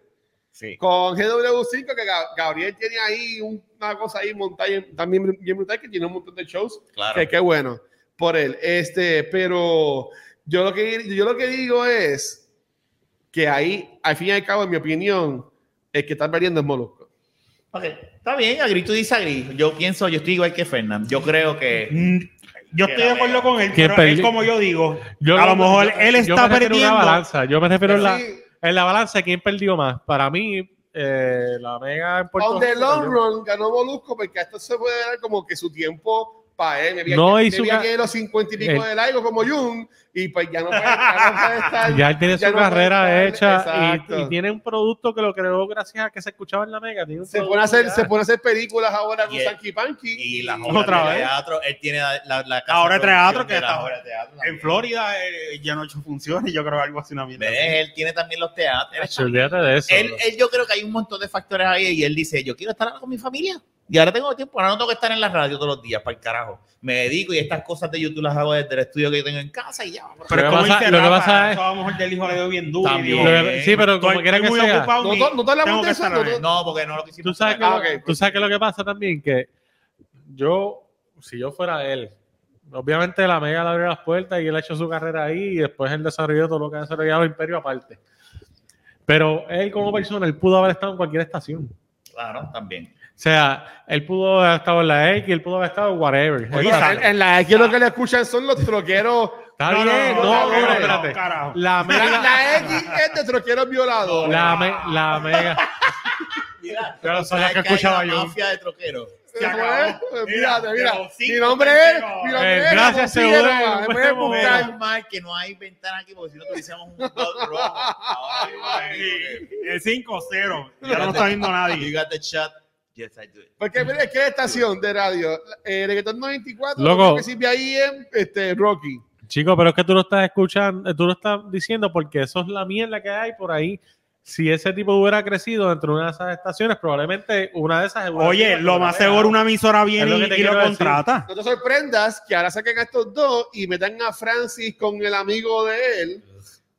Speaker 2: Sí.
Speaker 3: con GW5, que Ga- Gabriel tiene ahí un- una cosa ahí montada bien- también bien brutal, que tiene un montón de shows.
Speaker 2: Claro.
Speaker 3: Que qué bueno por él. Este, pero yo lo, que, yo lo que digo es que ahí, al fin y al cabo, en mi opinión, el que está perdiendo es Molusco.
Speaker 2: Ok, Está bien, agree to disagree. Yo pienso, yo estoy igual que Fernán. Yo creo que.
Speaker 5: Mm, Yo estoy de acuerdo con él,
Speaker 4: ¿Quién
Speaker 5: pero él,
Speaker 4: perdió?
Speaker 5: como yo digo,
Speaker 4: Yo-
Speaker 5: a lo mejor
Speaker 4: yo-
Speaker 5: él
Speaker 4: yo
Speaker 5: está
Speaker 4: me refiero a una
Speaker 5: perdiendo.
Speaker 4: balanza. Yo me refiero en la,
Speaker 3: Sí,
Speaker 4: en la balanza quién perdió más. Para mí, eh, la mega en Puerto
Speaker 3: on the long
Speaker 4: perdió.
Speaker 3: run ganó Molusco porque a esto se puede dar como que su tiempo para él. Me vi
Speaker 4: No
Speaker 3: que- me
Speaker 4: hizo
Speaker 3: vi
Speaker 4: una- Eh.
Speaker 3: aquí de los 50 y pico
Speaker 4: El-
Speaker 3: de largo como Jung y pues ya no puede, ya no puede estar.
Speaker 4: Ya él tiene
Speaker 3: ya
Speaker 4: su
Speaker 3: no puede
Speaker 4: carrera
Speaker 3: estar-
Speaker 4: hecha y-
Speaker 3: Exacto.
Speaker 4: y, tiene un producto que lo creó gracias a que se escuchaba en la mega. Tiene un
Speaker 3: se
Speaker 4: producto
Speaker 3: pone a hacer
Speaker 4: ya.
Speaker 3: se pone a hacer películas ahora con
Speaker 2: Y el-
Speaker 3: Sanky Panky
Speaker 2: Y la
Speaker 5: Otra
Speaker 2: otra de
Speaker 5: vez.
Speaker 2: teatro, él tiene la, la, la
Speaker 5: La obra de
Speaker 2: producción
Speaker 5: teatro que
Speaker 2: de la
Speaker 5: está-
Speaker 2: obra de teatro
Speaker 5: En
Speaker 2: también.
Speaker 5: Florida eh, ya no ha hecho funciones, yo creo algo así una mierda.
Speaker 2: ¿Ves? Él tiene también los teatros.
Speaker 4: Macho, olvídate de eso.
Speaker 2: Él, él, yo creo que hay un montón de factores ahí y él dice, yo quiero estar ahora con mi familia. Y ahora tengo tiempo, ahora no tengo que estar en la radio todos los días, para el carajo. Me dedico y estas cosas de YouTube las hago desde el estudio que yo tengo en casa y ya.
Speaker 5: Pero
Speaker 4: Lo
Speaker 5: como
Speaker 4: que pasa-
Speaker 5: dice
Speaker 4: lo que
Speaker 5: Rafa,
Speaker 4: pasa es-
Speaker 5: eso a lo mejor del hijo le dio bien duro. y
Speaker 2: También.
Speaker 5: dijo,
Speaker 4: Lo que- sí, pero
Speaker 5: estoy-
Speaker 4: como quiera
Speaker 5: estoy
Speaker 4: que
Speaker 5: muy
Speaker 4: sea.
Speaker 5: ocupado,
Speaker 3: No
Speaker 5: ni-
Speaker 3: to- no te hablamos
Speaker 5: tengo
Speaker 3: de
Speaker 5: que
Speaker 3: eso,
Speaker 5: estar
Speaker 3: no
Speaker 5: a la vez.
Speaker 2: No, porque no lo quisimos.
Speaker 4: Tú sabes, que,
Speaker 3: Ah,
Speaker 4: lo-
Speaker 3: ok.
Speaker 4: tú sabes que lo que pasa también, que yo, si yo fuera él, obviamente la Mega le abrió las puertas y él ha hecho su carrera ahí y después él desarrolló todo lo que ha desarrollado el Imperio aparte. Pero él como persona, él pudo haber estado en cualquier estación.
Speaker 2: Claro, también.
Speaker 4: O sea, él pudo haber estado en la X, él pudo haber estado en whatever.
Speaker 5: Oye,
Speaker 4: Está-
Speaker 5: sal-
Speaker 3: en, en la X lo
Speaker 5: Ah.
Speaker 3: que le escuchan son los troqueros
Speaker 4: está bien, no,
Speaker 5: no,
Speaker 4: no,
Speaker 5: no,
Speaker 4: espérate.
Speaker 5: carajo.
Speaker 4: La
Speaker 3: la,
Speaker 4: Mega...
Speaker 3: la X es de troqueros violados
Speaker 4: La, me- la Mega...
Speaker 2: Mira,
Speaker 4: Pero
Speaker 2: tú
Speaker 4: son
Speaker 2: sabes
Speaker 4: las que
Speaker 2: hay
Speaker 4: escuchaba
Speaker 2: una
Speaker 4: yo.
Speaker 2: mafia de troqueros.
Speaker 3: Se
Speaker 5: Se acabó.
Speaker 3: fue.
Speaker 5: Mira,
Speaker 3: Fíjate, mira.
Speaker 5: pero
Speaker 3: Mi
Speaker 5: cinco
Speaker 3: nombre es.
Speaker 5: consejos.
Speaker 3: Mi
Speaker 4: Eh,
Speaker 3: nombre es.
Speaker 4: gracias,
Speaker 3: Ramón Figueroa.
Speaker 4: seguro, en
Speaker 3: Me
Speaker 4: un
Speaker 3: puedes
Speaker 4: buen momento.
Speaker 3: buscar.
Speaker 2: Menos mal que no hay ventana aquí porque si no tuviésemos un bot rojo. Ahora mismo aquí, porque-
Speaker 5: El 5-0. Ya no está viendo nadie.
Speaker 2: You got the shot. Yes, I do.
Speaker 3: Porque mira, es que la estación de radio, eh, Reggaetón 94,
Speaker 4: Loco.
Speaker 3: lo que sirve ahí en este, Rocky.
Speaker 4: Chico, pero es que tú lo estás escuchando, eh, tú lo estás diciendo porque eso es la mierda que hay por ahí. Si ese tipo hubiera crecido dentro de una de esas estaciones, probablemente una de esas.
Speaker 5: Oye, lo más seguro una emisora viene
Speaker 4: Es lo
Speaker 5: y,
Speaker 4: que te
Speaker 5: y lo
Speaker 4: quiero decir.
Speaker 5: contrata.
Speaker 3: No te sorprendas que ahora saquen a estos dos y metan a Francis con el amigo de él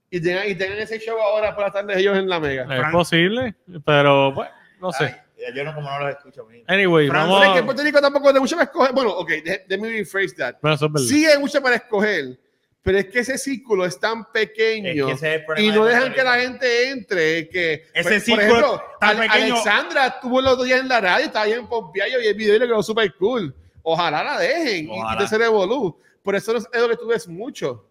Speaker 3: y tengan, y tengan ese show ahora por las tardes ellos en la mega.
Speaker 4: Es posible, pero bueno, no sé.
Speaker 2: Ay, yo no como no los escucho. mira.
Speaker 4: Anyway,
Speaker 5: Fran,
Speaker 3: Pero es que
Speaker 4: vamos.
Speaker 3: en Puerto Rico tampoco hay mucho para escoger. Bueno, ok, de- let me rephrase that.
Speaker 4: Bueno, eso es verdad.
Speaker 3: Sí hay mucho para escoger, pero es que ese círculo es tan
Speaker 2: Es
Speaker 3: pequeño
Speaker 2: que ese es el problema
Speaker 3: y no
Speaker 2: de
Speaker 3: dejan
Speaker 2: Puerto
Speaker 3: que la
Speaker 2: Rico.
Speaker 3: gente entre. Que,
Speaker 5: Ese
Speaker 3: por- por
Speaker 5: círculo
Speaker 3: ejemplo,
Speaker 5: tan
Speaker 3: Ale-
Speaker 5: pequeño.
Speaker 3: Alexandra estuvo el otro día en la radio, estaba ahí en Pompeya, yo vi el video y le quedó super cool. Ojalá la dejen y- y
Speaker 2: Ojalá.
Speaker 3: te se revolú. Por eso es es lo que tú ves mucho.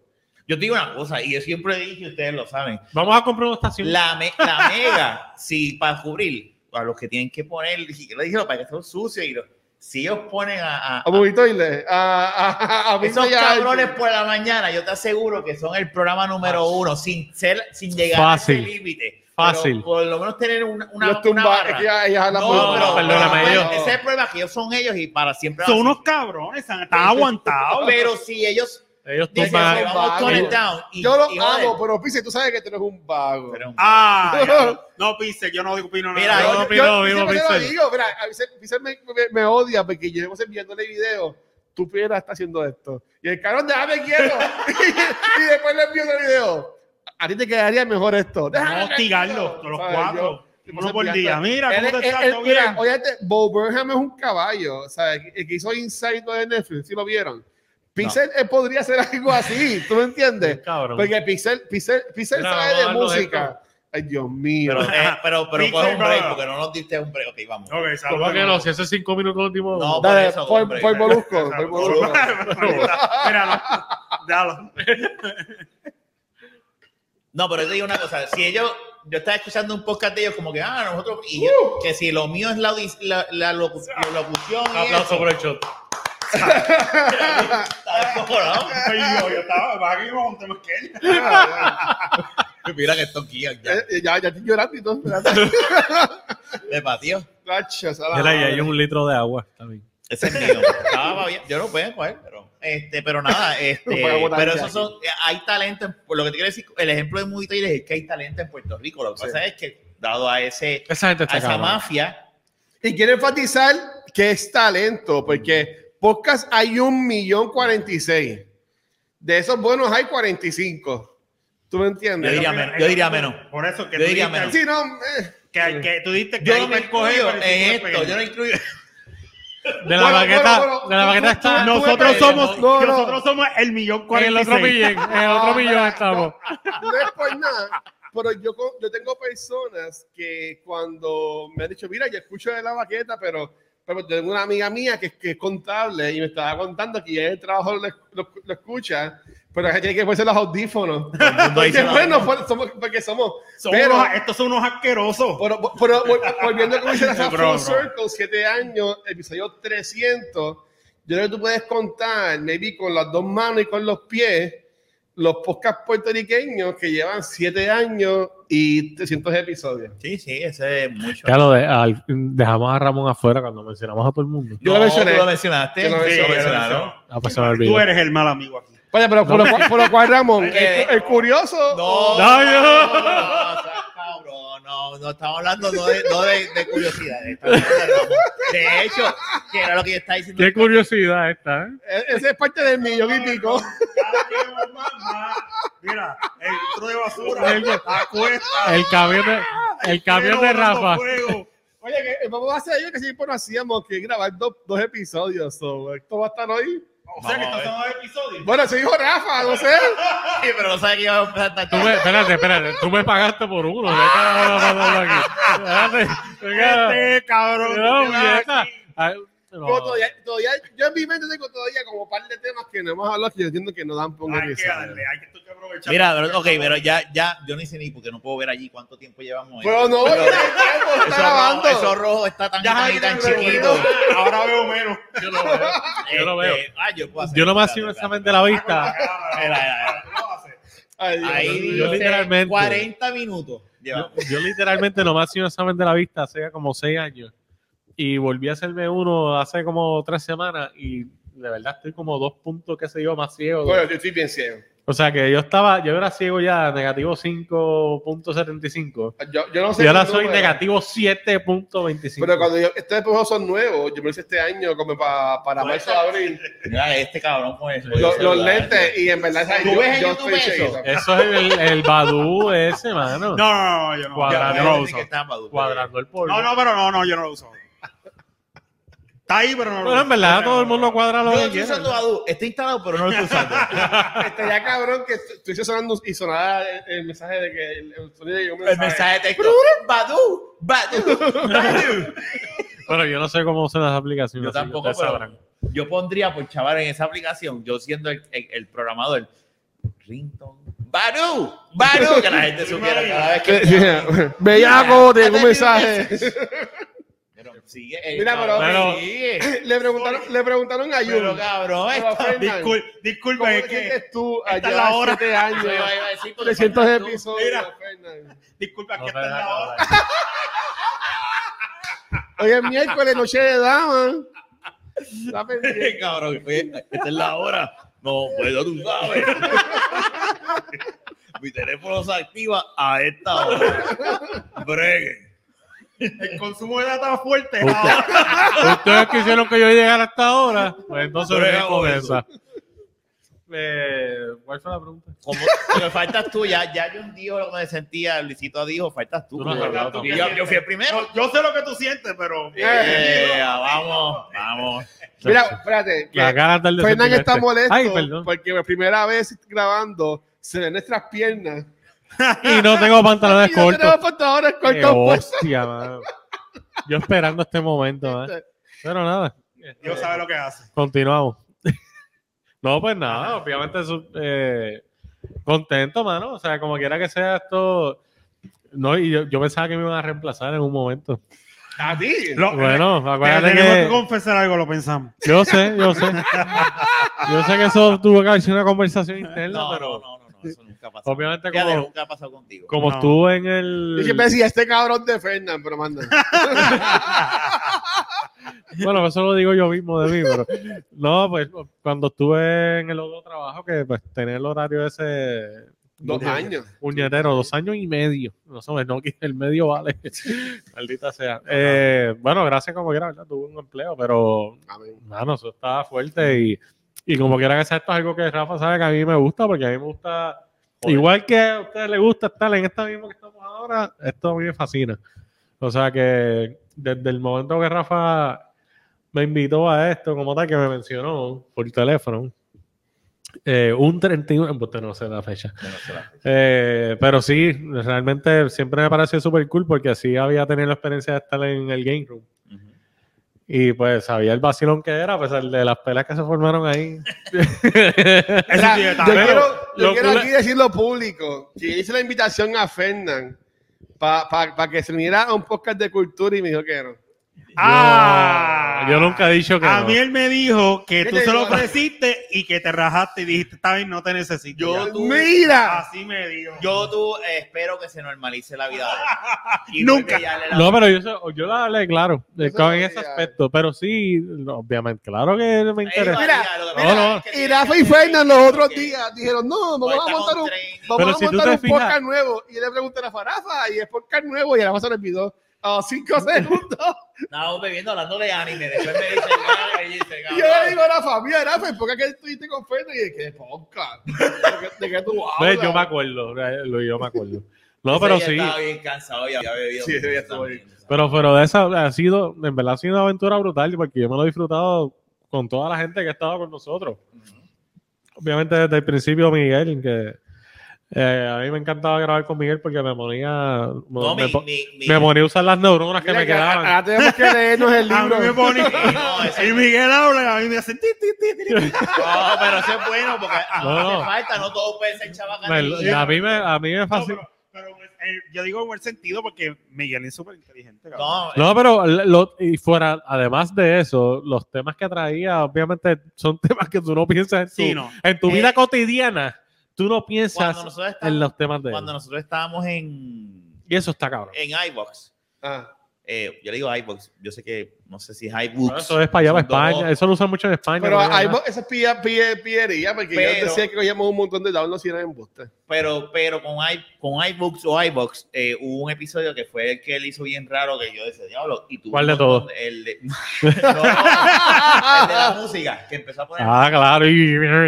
Speaker 2: Yo te digo una cosa, y yo siempre dije, y ustedes lo saben.
Speaker 4: Vamos a comprar una estación.
Speaker 2: La, me- la mega, si para cubrir a los que tienen que poner, y yo le dije, para que son sucios, y los, si ellos ponen a, a-
Speaker 5: Ah.
Speaker 3: A Bobby Toile, a, a, a, a
Speaker 2: esos
Speaker 3: Vince Yates.
Speaker 2: cabrones por la mañana, yo te aseguro que son el programa número uno, sin, ser, sin llegar a
Speaker 4: Fácil.
Speaker 2: ese límite.
Speaker 4: Fácil.
Speaker 2: Pero por lo menos tener una, una,
Speaker 3: los
Speaker 2: una
Speaker 3: tumba,
Speaker 2: barra.
Speaker 3: es que ya- ellas hablan
Speaker 2: no,
Speaker 3: por-
Speaker 2: pero,
Speaker 4: perdóname,
Speaker 2: pero
Speaker 4: ellos-
Speaker 2: ese es el problema que ellos son ellos y para siempre.
Speaker 5: Son
Speaker 2: van a
Speaker 5: unos cabrones, están están aguantados.
Speaker 2: ser. Pero si ellos
Speaker 4: Ellos
Speaker 2: dicen,
Speaker 4: tumban.
Speaker 2: "Ok, vamos, turn it down", y-
Speaker 3: Yo lo pues.
Speaker 2: y joden,
Speaker 3: amo, pero Pise, tú sabes que tú eres un vago.
Speaker 2: pero-
Speaker 5: Ah, ya. no pise, yo no digo opino nada.
Speaker 2: Mira,
Speaker 5: Yo-
Speaker 4: yo-
Speaker 3: Yo
Speaker 4: Pino,
Speaker 3: Pizzer,
Speaker 4: vivo,
Speaker 3: yo te lo
Speaker 4: Pizzer.
Speaker 3: digo, mira, a veces Pizzer me, me- me odia porque yo llevo enviándole videos. Tu piedra está haciendo esto. Y el cabrón, déjame quieto. y, después le envío el video. A ti te quedaría mejor esto.
Speaker 5: Vamos a
Speaker 3: Déjame
Speaker 5: hostigarlos,
Speaker 3: quieto.
Speaker 5: los
Speaker 3: ¿Sabes?
Speaker 5: cuatro.
Speaker 3: Yo-
Speaker 5: Uno por día. Mira,
Speaker 3: Él-
Speaker 5: ¿cómo te
Speaker 3: él-
Speaker 5: estás?
Speaker 3: él-
Speaker 5: ¿Todo
Speaker 3: mira,
Speaker 5: bien?
Speaker 3: óyate, Bo Burnham es un caballo. ¿sabes? El que hizo Inside lo de Netflix, si lo vieron. Pixel él podría hacer algo así, ¿tú me entiendes?
Speaker 4: Cabrón.
Speaker 3: Porque Pixel, Pixel, Pixel
Speaker 4: Mira,
Speaker 3: sabe
Speaker 4: vamos a
Speaker 3: de
Speaker 4: darnos
Speaker 3: música. Ay, Dios mío.
Speaker 2: Pero, eh, pero, pero
Speaker 5: Big
Speaker 2: coge un
Speaker 5: Bang
Speaker 2: break,
Speaker 5: Brother.
Speaker 2: porque no nos diste un break. Ok, vamos.
Speaker 5: Ok, salud.
Speaker 4: ¿Cómo que no? Si hace cinco minutos lo dimos.
Speaker 2: No, por
Speaker 3: Dale,
Speaker 2: eso,
Speaker 3: voy-
Speaker 2: hombre.
Speaker 3: voy Molusco, voy
Speaker 5: Salud.
Speaker 3: Molusco.
Speaker 5: Mira, no. Dalo.
Speaker 2: No, pero yo te digo una cosa. Si ellos, yo estaba escuchando un podcast de ellos como que, ah, nosotros, y yo, que si lo mío es la, audi- la, la locu- la locución. y
Speaker 4: Aplauso
Speaker 2: eso,
Speaker 4: por el shot.
Speaker 2: está descojonado.
Speaker 5: Ay, yo, yo estaba, va aquí con un tema que
Speaker 2: Mira que esto aquí, ya,
Speaker 3: Eh, Ya, ya estoy llorando y todo. espérate.
Speaker 2: de patio.
Speaker 3: Gracias a la
Speaker 4: Mira, y hay
Speaker 3: madre.
Speaker 4: un litro de agua. Está bien.
Speaker 2: Ese es mío. Estaba bien. Yo no puedo coger, pero. Este, pero nada, este,
Speaker 3: No puedo botar
Speaker 2: pero
Speaker 3: ya
Speaker 2: esos son, eh, hay talento, en- por lo que te quiero decir, el ejemplo de Muy Taylor es que hay talento en Puerto Rico. Lo que pasa es que, dado a ese,
Speaker 4: Esa gente
Speaker 2: a
Speaker 4: está
Speaker 2: esa
Speaker 4: Este cabrón.
Speaker 2: mafia,
Speaker 3: Y quiero enfatizar que es talento, porque podcast hay un millón cuarenta y seis. De esos buenos hay 45. ¿Tú me entiendes?
Speaker 2: Yo diría menos, yo diría menos.
Speaker 5: Por eso que
Speaker 2: Yo
Speaker 5: tú
Speaker 2: diría
Speaker 5: dijiste-
Speaker 2: menos.
Speaker 3: Sí, no. eh.
Speaker 5: Que, que tú dijiste que
Speaker 2: Yo
Speaker 5: ahí
Speaker 2: no me
Speaker 5: te coge,
Speaker 2: incluyo
Speaker 5: pero si tú
Speaker 2: en
Speaker 5: eres
Speaker 2: esto, yo no incluyo.
Speaker 4: De la
Speaker 3: Bueno,
Speaker 4: baqueta,
Speaker 3: bueno, bueno,
Speaker 4: de la
Speaker 3: tú-
Speaker 4: baqueta
Speaker 3: tú-
Speaker 4: está.
Speaker 3: tú-
Speaker 5: Nosotros
Speaker 3: tú-
Speaker 5: somos,
Speaker 3: no, no.
Speaker 5: nosotros somos el millón
Speaker 4: en el
Speaker 5: cuarenta
Speaker 4: otro millón. En el otro
Speaker 3: No,
Speaker 4: millón
Speaker 3: mira,
Speaker 4: estamos.
Speaker 3: No, no es por nada, pero yo, con- yo tengo personas que cuando me han dicho, mira, yo escucho de la baqueta, pero, pero yo tengo una amiga mía que, que es contable y me estaba contando que ya en el trabajo lo, lo- lo escucha, pero ella tiene que ponerse los audífonos. Porque, bueno, pues, somos, porque somos. pero-
Speaker 5: estos son unos asquerosos.
Speaker 3: Pero, pero vol- volviendo como dice la
Speaker 5: Bro, bro.
Speaker 3: Full Circle, 7 años, episodio 300, yo creo que tú puedes contar, maybe con las dos manos y con los pies, los podcasts puertorriqueños que llevan 7 años y 300 episodios.
Speaker 2: Sí, sí, ese es mucho.
Speaker 4: Ya lo de- al- dejamos a Ramón afuera cuando mencionamos a todo el mundo.
Speaker 3: Yo
Speaker 2: No,
Speaker 3: lo mencioné.
Speaker 2: tú lo mencionaste.
Speaker 3: Yo lo
Speaker 2: Sí,
Speaker 3: mencioné.
Speaker 2: mencionaron.
Speaker 4: Ah, pues se me olvidó.
Speaker 5: Tú eres el mal amigo aquí.
Speaker 3: Vaya, pero por, lo, cual- por lo cual, Ramón, el,
Speaker 2: Eh,
Speaker 3: el curioso.
Speaker 2: No,
Speaker 4: No,
Speaker 2: no,
Speaker 4: yo-
Speaker 2: no, no, seas cabrón, no, no estamos hablando no de, no de, de curiosidades. estamos hablando de amor. De hecho, que era lo que yo estaba diciendo.
Speaker 4: Qué curiosidad esta, ¿eh?
Speaker 3: e- Ese es parte del millón y pico.
Speaker 5: Cada día más, más. Mira, el tro de basura, la cuesta,
Speaker 4: El camión de, el camión de
Speaker 5: pero botando
Speaker 4: Rafa.
Speaker 5: fuego.
Speaker 3: Oye, que eh, vamos a hacer algo que siempre no hacíamos, que es grabar dos, dos episodios. so, esto va a estar hoy.
Speaker 5: O sea que estos son los episodios.
Speaker 3: Bueno, se dijo Rafa, no sé.
Speaker 2: Sí, pero no sabía que iba a empezar tan
Speaker 4: Tú me, espérate, espérate. Tú me pagaste por uno. ¿Qué carajo está pasando aquí? Espérate, espérate.
Speaker 5: Este cabrón.
Speaker 4: No,
Speaker 5: que va
Speaker 4: mierda.
Speaker 5: aquí.
Speaker 4: Ay, Ah, No.
Speaker 3: Como todavía, todavía, yo en mi mente tengo todavía como par de temas que no hemos hablado que yo entiendo que no dan por
Speaker 5: Hay que
Speaker 3: revisar.
Speaker 5: darle, hay que, tú que aprovechar.
Speaker 2: Mira, pero, ok, pero ya, ya, yo no hice ni porque no puedo ver allí cuánto tiempo llevamos. ahí.
Speaker 3: Pero no,
Speaker 2: Pero-
Speaker 3: mira, el tiempo está
Speaker 2: eso, rojo,
Speaker 3: grabando.
Speaker 2: eso rojo está tan, tan,
Speaker 5: hay
Speaker 2: tan
Speaker 5: que darle,
Speaker 2: chiquito.
Speaker 5: Ahora veo menos.
Speaker 2: Yo lo veo.
Speaker 4: Yo lo veo.
Speaker 2: Este, ah, yo puedo hacer
Speaker 4: Yo nomás
Speaker 2: espérate,
Speaker 4: hice un
Speaker 2: espérate.
Speaker 4: examen de la vista.
Speaker 2: Espera, espera, espera.
Speaker 5: Tú lo haces.
Speaker 3: Ay, Dios
Speaker 2: Ahí
Speaker 3: mío.
Speaker 4: yo
Speaker 2: dice
Speaker 4: literalmente-
Speaker 2: 40 minutos. Lleva.
Speaker 4: Yo, yo literalmente nomás hice un examen de la vista hace como seis años. Y volví a hacerme uno hace como tres semanas y de verdad estoy como dos puntos, qué sé yo, más ciego.
Speaker 3: Bueno, yo estoy bien ciego.
Speaker 4: O sea que yo estaba, yo era ciego ya, negativo 5.75.
Speaker 3: Yo, yo no sé.
Speaker 4: Y ahora
Speaker 3: qué
Speaker 4: soy
Speaker 3: número.
Speaker 4: negativo 7.25.
Speaker 3: Pero cuando yo, estos despojos son nuevos, yo me lo hice este año como pa- para
Speaker 2: Pues
Speaker 3: marzo abril,
Speaker 2: Mira, este cabrón con eso.
Speaker 3: los, los lentes y en verdad ¿sabes?
Speaker 2: ¿Tú
Speaker 3: yo,
Speaker 2: ves en
Speaker 3: yo
Speaker 2: YouTube eso?
Speaker 3: cieguito.
Speaker 4: Eso es el, el Badoo ese,
Speaker 5: No,
Speaker 4: mano.
Speaker 5: no, no, yo no.
Speaker 4: Cuadrado.
Speaker 5: Yo no lo uso.
Speaker 4: Cuadrando el polvo.
Speaker 5: No, no, pero no, no, yo no lo uso. Está ahí, pero no lo uso.
Speaker 4: Bueno, en verdad todo el mundo cuadra lo
Speaker 2: Yo no
Speaker 4: que
Speaker 2: estoy
Speaker 4: quiere.
Speaker 2: usando Badu. Está instalado, pero no lo estoy usando.
Speaker 3: Estaría Este cabrón que estu- estuviese sonando y sonara el, el mensaje de que el, el sonido de que un
Speaker 2: El mensaje de texto. Badu, Badu, Badu.
Speaker 4: Bueno, yo no sé cómo son las aplicaciones.
Speaker 2: Yo
Speaker 4: así que
Speaker 2: tampoco,
Speaker 4: ustedes
Speaker 2: pero
Speaker 4: sabrán.
Speaker 2: yo pondría por chaval en esa aplicación, yo siendo el, el- el programador, Rington. Badu, Badu, que la gente supiera cada vez que. tengo
Speaker 3: Bellaco, tengo
Speaker 2: un
Speaker 3: un mensaje.
Speaker 2: Pero sigue. eh,
Speaker 3: Mira, pero-
Speaker 2: cabrón, sigue.
Speaker 3: Le preguntaron, le preguntaron a
Speaker 2: Pero
Speaker 3: Jun.
Speaker 2: cabrón,
Speaker 3: Pero,
Speaker 2: esto-
Speaker 3: Fernan,
Speaker 5: Discul-
Speaker 3: ¿Cómo
Speaker 5: disculpen,
Speaker 3: te
Speaker 5: es que,
Speaker 3: sientes tú
Speaker 5: esta
Speaker 3: a
Speaker 5: es la
Speaker 3: llevar
Speaker 5: hora.
Speaker 3: siete años?
Speaker 2: Yo iba a decir, porque
Speaker 3: 300
Speaker 2: faltas tú.
Speaker 3: episodios,
Speaker 5: Mira.
Speaker 3: Fernan.
Speaker 5: disculpa,
Speaker 4: No
Speaker 5: aquí
Speaker 4: te
Speaker 5: está
Speaker 4: dejan
Speaker 5: la hora.
Speaker 4: hablar.
Speaker 3: Hoy es miércoles, noche de dama. Está pendiente.
Speaker 2: cabrón, oye, esta es la hora. No, puedo, tú sabes. Mi teléfono se activa a esta hora. Breguen.
Speaker 5: El consumo de data más fuerte.
Speaker 4: Usted-
Speaker 5: ahora.
Speaker 4: Ustedes quisieron que yo llegara hasta ahora. Pues entonces
Speaker 2: Pero
Speaker 4: voy
Speaker 2: hago
Speaker 4: con
Speaker 2: eso.
Speaker 4: esa. Eh, ¿Cuál fue la pregunta?
Speaker 2: Como me faltas tú, ya, ya yo un día lo que me sentía, Luisito dijo, faltas tú.
Speaker 4: Tú no has
Speaker 2: cabrón.
Speaker 4: hablado
Speaker 2: Y
Speaker 4: tampoco.
Speaker 2: yo, yo fui el primero.
Speaker 5: No, yo sé lo que tú sientes, pero.
Speaker 2: Eh, vamos, vamos.
Speaker 3: Mira, espérate. que
Speaker 4: La cara del
Speaker 3: Fernan
Speaker 4: desentimiento.
Speaker 3: está molesto
Speaker 4: este-
Speaker 3: Pues,
Speaker 4: Ay, perdón.
Speaker 3: porque por primera vez grabando se ven nuestras piernas.
Speaker 4: Y no tengo pantalones
Speaker 3: Y no
Speaker 4: cortos.
Speaker 3: tenemos pantalones
Speaker 4: Qué
Speaker 3: cortos pues. puestos.
Speaker 4: hostia, mano. Yo esperando este momento, ¿eh? Pero nada,
Speaker 5: Dios sabe lo que hace.
Speaker 4: continuamos. No, pues nada, obviamente eso, eh, contento, mano. O sea, como quiera que sea esto. No, y yo, yo pensaba que me iban a reemplazar en un momento.
Speaker 3: ¿A ti?
Speaker 5: Lo-
Speaker 4: Bueno,
Speaker 5: te-
Speaker 4: acuérdate
Speaker 5: tenemos que...
Speaker 4: que.
Speaker 5: confesar algo, lo pensamos.
Speaker 4: Yo sé, yo sé. Yo sé que eso tuvo que haber sido una conversación interna,
Speaker 2: No, no,
Speaker 4: pero
Speaker 2: no, no, no, eso nunca ha pasado.
Speaker 4: Obviamente
Speaker 2: Fíjate,
Speaker 4: como-
Speaker 2: nunca ha pasado contigo.
Speaker 4: como
Speaker 5: No.
Speaker 4: estuve en el.
Speaker 3: Yo siempre decía, este cabrón de Fernan, pero manda.
Speaker 4: Bueno, eso lo digo yo mismo de mí, pero no, pues cuando estuve en el otro trabajo, que pues tenía el horario ese
Speaker 3: Dos años.
Speaker 4: puñetero, dos años y medio. No sabes, no que el medio vale. Maldita sea. Eh, bueno, gracias como quiera, ¿verdad? Tuve un empleo, pero
Speaker 3: Amén.
Speaker 4: mano, eso estaba fuerte y, y como quiera que sea, esto es algo que Rafa sabe que a mí me gusta, porque a mí me gusta, igual que a ustedes les gusta estar en esta misma que estamos ahora, esto a mí me fascina. O sea que desde el momento que Rafa me invitó a esto, como tal, que me mencionó por teléfono, eh, un 31, usted no sé la fecha, eh, pero sí, realmente siempre me pareció súper cool porque así había tenido la experiencia de estar en el game room.
Speaker 2: Ujú.
Speaker 4: Y pues sabía el vacilón que era, a pesar de las pelas que se formaron ahí.
Speaker 5: Eso
Speaker 3: Mira,
Speaker 5: sí está.
Speaker 3: yo
Speaker 4: bien.
Speaker 3: quiero, yo
Speaker 4: Lo
Speaker 3: quiero
Speaker 4: cool-
Speaker 3: aquí decirlo público, que hice la invitación a Fernan para que se uniera a un podcast de cultura y me dijo que no.
Speaker 5: Ah,
Speaker 4: yo nunca he dicho que
Speaker 5: A
Speaker 4: no.
Speaker 5: mí él me dijo que
Speaker 3: ¿Qué
Speaker 5: tú
Speaker 3: te
Speaker 5: se lo
Speaker 3: digo?
Speaker 5: ofreciste y que te rajaste y dijiste, está bien, no te necesito.
Speaker 2: Yo-
Speaker 5: ya".
Speaker 2: tú-
Speaker 3: ¡Mira!
Speaker 5: Así me dijo.
Speaker 2: Yo tú eh, espero que se normalice la vida. de él. Y
Speaker 5: Nunca.
Speaker 2: no que ya le la-
Speaker 4: No, pero yo, so- yo la hablé, claro, de-
Speaker 3: Eso
Speaker 4: en ese
Speaker 3: ya.
Speaker 4: aspecto. Pero sí, obviamente, claro que me
Speaker 2: Ey,
Speaker 4: interesa.
Speaker 2: María,
Speaker 3: Mira,
Speaker 2: lo que
Speaker 4: mira,
Speaker 2: pasa es que- pues
Speaker 3: Y Rafa y Fernan los otros días dijeron, no, vamos a montar un, vamos
Speaker 4: Pero
Speaker 3: a
Speaker 4: si tú
Speaker 3: montar
Speaker 4: te
Speaker 3: un
Speaker 4: fijas-
Speaker 3: podcast nuevo. Y yo le pregunté a Rafa, Rafa, y es podcast nuevo, y a Rafa se le olvidó. A los cinco segundos.
Speaker 2: Estábamos bebiendo, hablando de anime. Después me dice, "Ah", y dice,
Speaker 3: Y yo le
Speaker 2: "Cabrón".
Speaker 3: digo a Rafa, mira, Rafa, ¿por qué estuviste con Fernan? Y dije, ¿qué podcast? ¿De qué, de qué tú hablas?
Speaker 4: Ve, yo me acuerdo, lo- yo me acuerdo. No,
Speaker 2: Ese
Speaker 4: pero
Speaker 2: ya
Speaker 4: sí.
Speaker 2: Estaba bien cansado y había bebido.
Speaker 3: Sí, ese ya estaba
Speaker 2: también, ¿sabes?
Speaker 4: Pero, pero de esa ha sido, en verdad ha sido una aventura brutal porque yo me lo he disfrutado con toda la gente que ha estado con nosotros. Obviamente desde el principio Miguel, que Eh, a mí me encantaba grabar con Miguel porque me ponía. me-
Speaker 2: No,
Speaker 4: me,
Speaker 2: mi,
Speaker 4: po-
Speaker 2: mi, mi-
Speaker 4: me ponía a usar las neuronas que
Speaker 3: Mira
Speaker 4: me
Speaker 3: que a-
Speaker 4: quedaban.
Speaker 3: Ahora tenemos que leernos el
Speaker 5: A mí me
Speaker 3: libro.
Speaker 5: pone.
Speaker 2: no, eso-
Speaker 5: y Miguel habla y a mí me hace. ti, ti, ti, ti, ti.
Speaker 2: No, pero eso es bueno porque a-
Speaker 4: No, no.
Speaker 2: hace falta, no todos pueden ser chavacas.
Speaker 4: Me-
Speaker 2: ni-
Speaker 4: a mí me, a mí me
Speaker 5: No,
Speaker 4: fascin-
Speaker 5: pero, pero, eh, yo digo en buen sentido porque Miguel es súper inteligente.
Speaker 2: No,
Speaker 4: No, pero lo- y fuera, además de eso, los temas que traía, obviamente, son temas que tú no piensas en tu,
Speaker 5: Sí, no.
Speaker 4: en tu
Speaker 2: Eh,
Speaker 4: vida cotidiana. Tú no piensas
Speaker 2: cuando nosotros
Speaker 4: en
Speaker 2: estábamos,
Speaker 4: los temas de él.
Speaker 2: cuando nosotros estábamos en,
Speaker 4: Y eso está cabrón.
Speaker 2: en iBox,
Speaker 3: Ah,
Speaker 2: eh, yo le digo iBox, yo sé que no sé si es
Speaker 4: No,
Speaker 2: iBooks.
Speaker 4: eso es para allá, para
Speaker 2: son dos-
Speaker 4: España. Eso lo usan mucho en España.
Speaker 3: Pero
Speaker 4: ¿no?
Speaker 3: hay, esa es pie- pie- pillería, porque yo
Speaker 2: Pero-
Speaker 3: decía que cogíamos un montón de downloads y eran embustes.
Speaker 2: pero, pero con, i, con iBooks o iBox eh, hubo un episodio que fue el que él hizo bien raro que yo decía, diablo, y tú.
Speaker 4: ¿Cuál de todos?
Speaker 2: El de, No, el de la música, que empezó a poner.
Speaker 4: Ah, claro.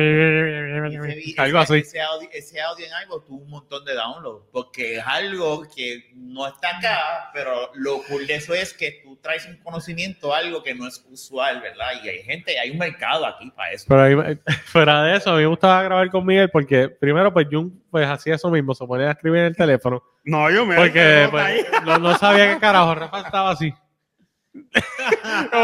Speaker 2: Ese vi-
Speaker 4: y-
Speaker 2: ese-
Speaker 4: Ah, Algo así.
Speaker 2: Ese audio, ese audio en iVoox tuvo un montón de downloads, porque es algo que no está acá, pero lo cool de eso es que tú traes un conocimiento, algo que no es usual, ¿verdad? Y hay gente, hay un mercado aquí para eso.
Speaker 4: Pero a mí me- fuera de eso, a mí me gustaba grabar con Miguel porque primero, pues Jun pues, hacía eso mismo, se ponía a escribir en el teléfono.
Speaker 5: No, yo me.
Speaker 4: Porque
Speaker 5: me nota ahí.
Speaker 4: pues, no, no sabía qué carajo, Rafa estaba así. Como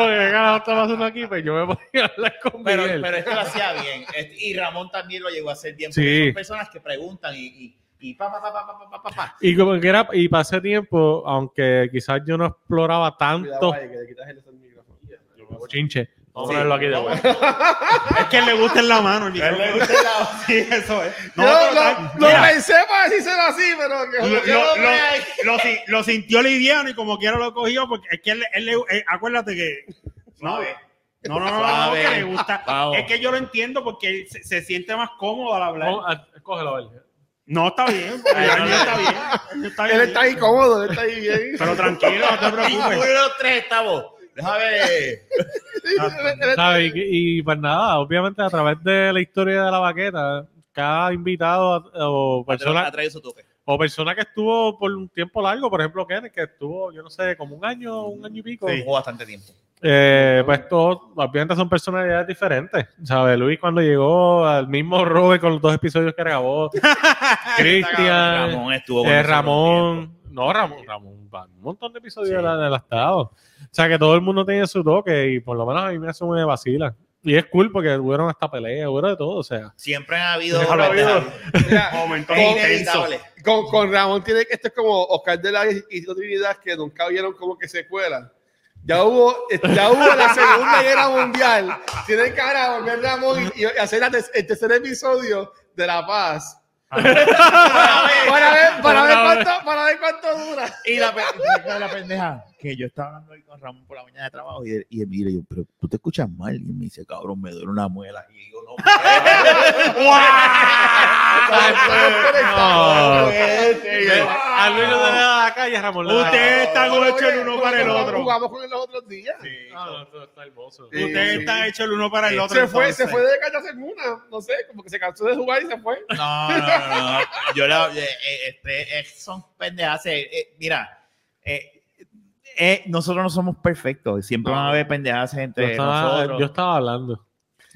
Speaker 4: que, ¿qué carajo está pasando aquí? Pues yo me ponía a hablar con
Speaker 2: Pero,
Speaker 4: Miguel.
Speaker 2: pero esto lo hacía bien. Este- Y Ramón también lo llegó a hacer bien.
Speaker 4: Sí.
Speaker 2: porque Son personas que preguntan y, y, y pa, pa, pa, pa, pa, pa, pa, pa.
Speaker 4: y como que era, y pasé tiempo, aunque quizás yo no exploraba
Speaker 3: Cuidado
Speaker 4: tanto
Speaker 3: ahí, que le quitas el el micrófono.
Speaker 4: chinche. Vamos
Speaker 2: Sí.
Speaker 4: a ponerlo aquí de vuelta.
Speaker 5: Es que le gusta en la mano. el micrófono. Sí, eso es. No,
Speaker 3: yo
Speaker 5: pero
Speaker 3: lo,
Speaker 5: está-
Speaker 3: lo
Speaker 5: mira,
Speaker 3: pensé para decírselo así, pero que
Speaker 5: lo,
Speaker 3: joder,
Speaker 5: lo-
Speaker 3: no,
Speaker 5: lo- lo si- lo sintió liviano y como quiera lo cogió porque es que él, él le- eh, acuérdate que no,
Speaker 2: Suave.
Speaker 3: eh.
Speaker 5: no, no, no, no,
Speaker 2: Suave.
Speaker 5: que le gusta.
Speaker 4: Vamos.
Speaker 5: Es que yo lo entiendo porque él se, se siente más cómodo al hablar.
Speaker 4: Vamos a- Cógelo, a ver.
Speaker 5: No, está bien.
Speaker 4: Ay,
Speaker 5: el
Speaker 4: no,
Speaker 5: año
Speaker 4: no.
Speaker 5: está bien. el año está
Speaker 3: él
Speaker 5: bien.
Speaker 3: está ahí cómodo, él está ahí bien.
Speaker 5: Pero tranquilo, no te
Speaker 2: Y uno de
Speaker 5: preocupes.
Speaker 2: los tres estamos. Déjame ver.
Speaker 4: ¿Sabes? Y, y pues nada, obviamente a través de la historia de la baqueta, cada invitado o persona,
Speaker 2: Ha traído su toque.
Speaker 4: o persona que estuvo por un tiempo largo, por ejemplo, Kenneth, que estuvo, yo no sé, como un año, un año y pico.
Speaker 2: Jugó bastante tiempo.
Speaker 4: Eh, pues todos, obviamente son personalidades diferentes. ¿Sabes? Luis cuando llegó, al mismo Robert con los dos episodios que grabó, Cristian,
Speaker 2: Ramón estuvo con
Speaker 4: eh,
Speaker 2: nosotros un tiempo.
Speaker 4: Ramón, no, Ramón, Ramón, va, un montón de episodios de la- del estado. O sea que todo el mundo tiene su toque y por lo menos a mí me hace una vacila. Y es cool porque hubieron hasta peleas, hubo de todo, o sea.
Speaker 2: Siempre han habido.
Speaker 5: Déjalo
Speaker 2: ¿verdad?
Speaker 5: habido.
Speaker 3: Mira,
Speaker 5: Momento
Speaker 2: Es
Speaker 5: intenso.
Speaker 2: inevitable.
Speaker 3: con, con Ramón tiene que esto es como Oscar de la y Tito Trinidad que nunca vieron como que se cuelan. Ya hubo, ya hubo la Segunda Guerra Mundial. Tiene que ahora volver Ramón y, y hacer la ter- el tercer episodio de La Paz. Para ver, para ver cuánto, para ver cuánto dura.
Speaker 2: Y la, pe- la pendeja, que yo estaba hablando hoy con Ramón por la mañana de trabajo y, y él mira, yo, pero tú te escuchas mal. Y me dice, cabrón, me duele una muela. Y digo, no.
Speaker 4: No.
Speaker 3: Ustedes
Speaker 4: A Luis no le da la calle, Ramón. le da la calle.
Speaker 5: Ustedes están hechos el uno para el otro.
Speaker 3: Jugamos con él los otros días.
Speaker 4: Ah, no, esto está hermoso.
Speaker 3: Sí,
Speaker 5: Ustedes
Speaker 3: sí.
Speaker 5: están hechos el uno para el otro.
Speaker 3: Se fue, se
Speaker 5: entonces.
Speaker 3: fue de casa en una, no sé, como que se cansó de jugar y se fue.
Speaker 2: No, no, no, no. Yo la, eh, eh, este, eh, son pendejas. eh, eh, mira, eh, eh, nosotros no somos perfectos. Siempre van a haber pendejas
Speaker 4: Yo
Speaker 2: entre
Speaker 4: estaba,
Speaker 2: nosotros.
Speaker 4: yo estaba hablando.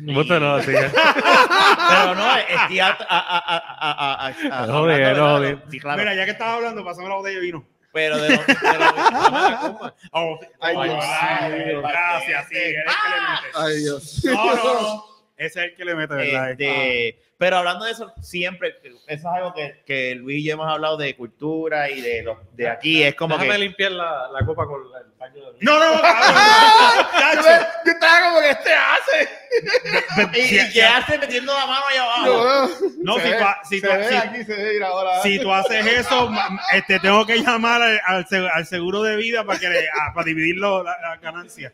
Speaker 4: Usted no, así que-
Speaker 2: Pero no, eh, estoy a- a- a- a- a- a- a- hablando,
Speaker 4: jodido,
Speaker 2: ¿verdad?
Speaker 4: jodido.
Speaker 2: Sí, claro.
Speaker 5: Mira, ya que estabas hablando, pasame la botella de vino.
Speaker 2: Pero de lo- de lo-
Speaker 5: Oh,
Speaker 3: Ay,
Speaker 5: oh,
Speaker 3: Dios. Ah.
Speaker 5: ay, gracias, sí, eres el
Speaker 3: Ay, Dios.
Speaker 5: que le mete. No, no, no. Ese es el que le mete, ¿verdad?
Speaker 2: Este, pero hablando de eso, siempre, eso es algo que, que Luis y yo hemos hablado de cultura y de, los- de aquí, es como
Speaker 4: Déjame
Speaker 2: que...
Speaker 4: limpiar la, la copa con la- el paño de Luis.
Speaker 5: No, no, no, cabrón.
Speaker 3: Yo, me- yo estaba como que este hace.
Speaker 2: ¿Y, y
Speaker 5: Sí,
Speaker 2: qué hace metiendo la mano ahí abajo?
Speaker 3: No,
Speaker 5: No,
Speaker 3: se
Speaker 5: si
Speaker 3: ve,
Speaker 5: tú ha- si
Speaker 3: se
Speaker 5: tú ha-
Speaker 3: ve
Speaker 5: si-
Speaker 3: aquí, se ve ahora.
Speaker 5: Si tú haces eso, ma- ma- este, tengo que llamar al, al seg- al seguro de vida para, que le- a- para dividir lo- la, la ganancia.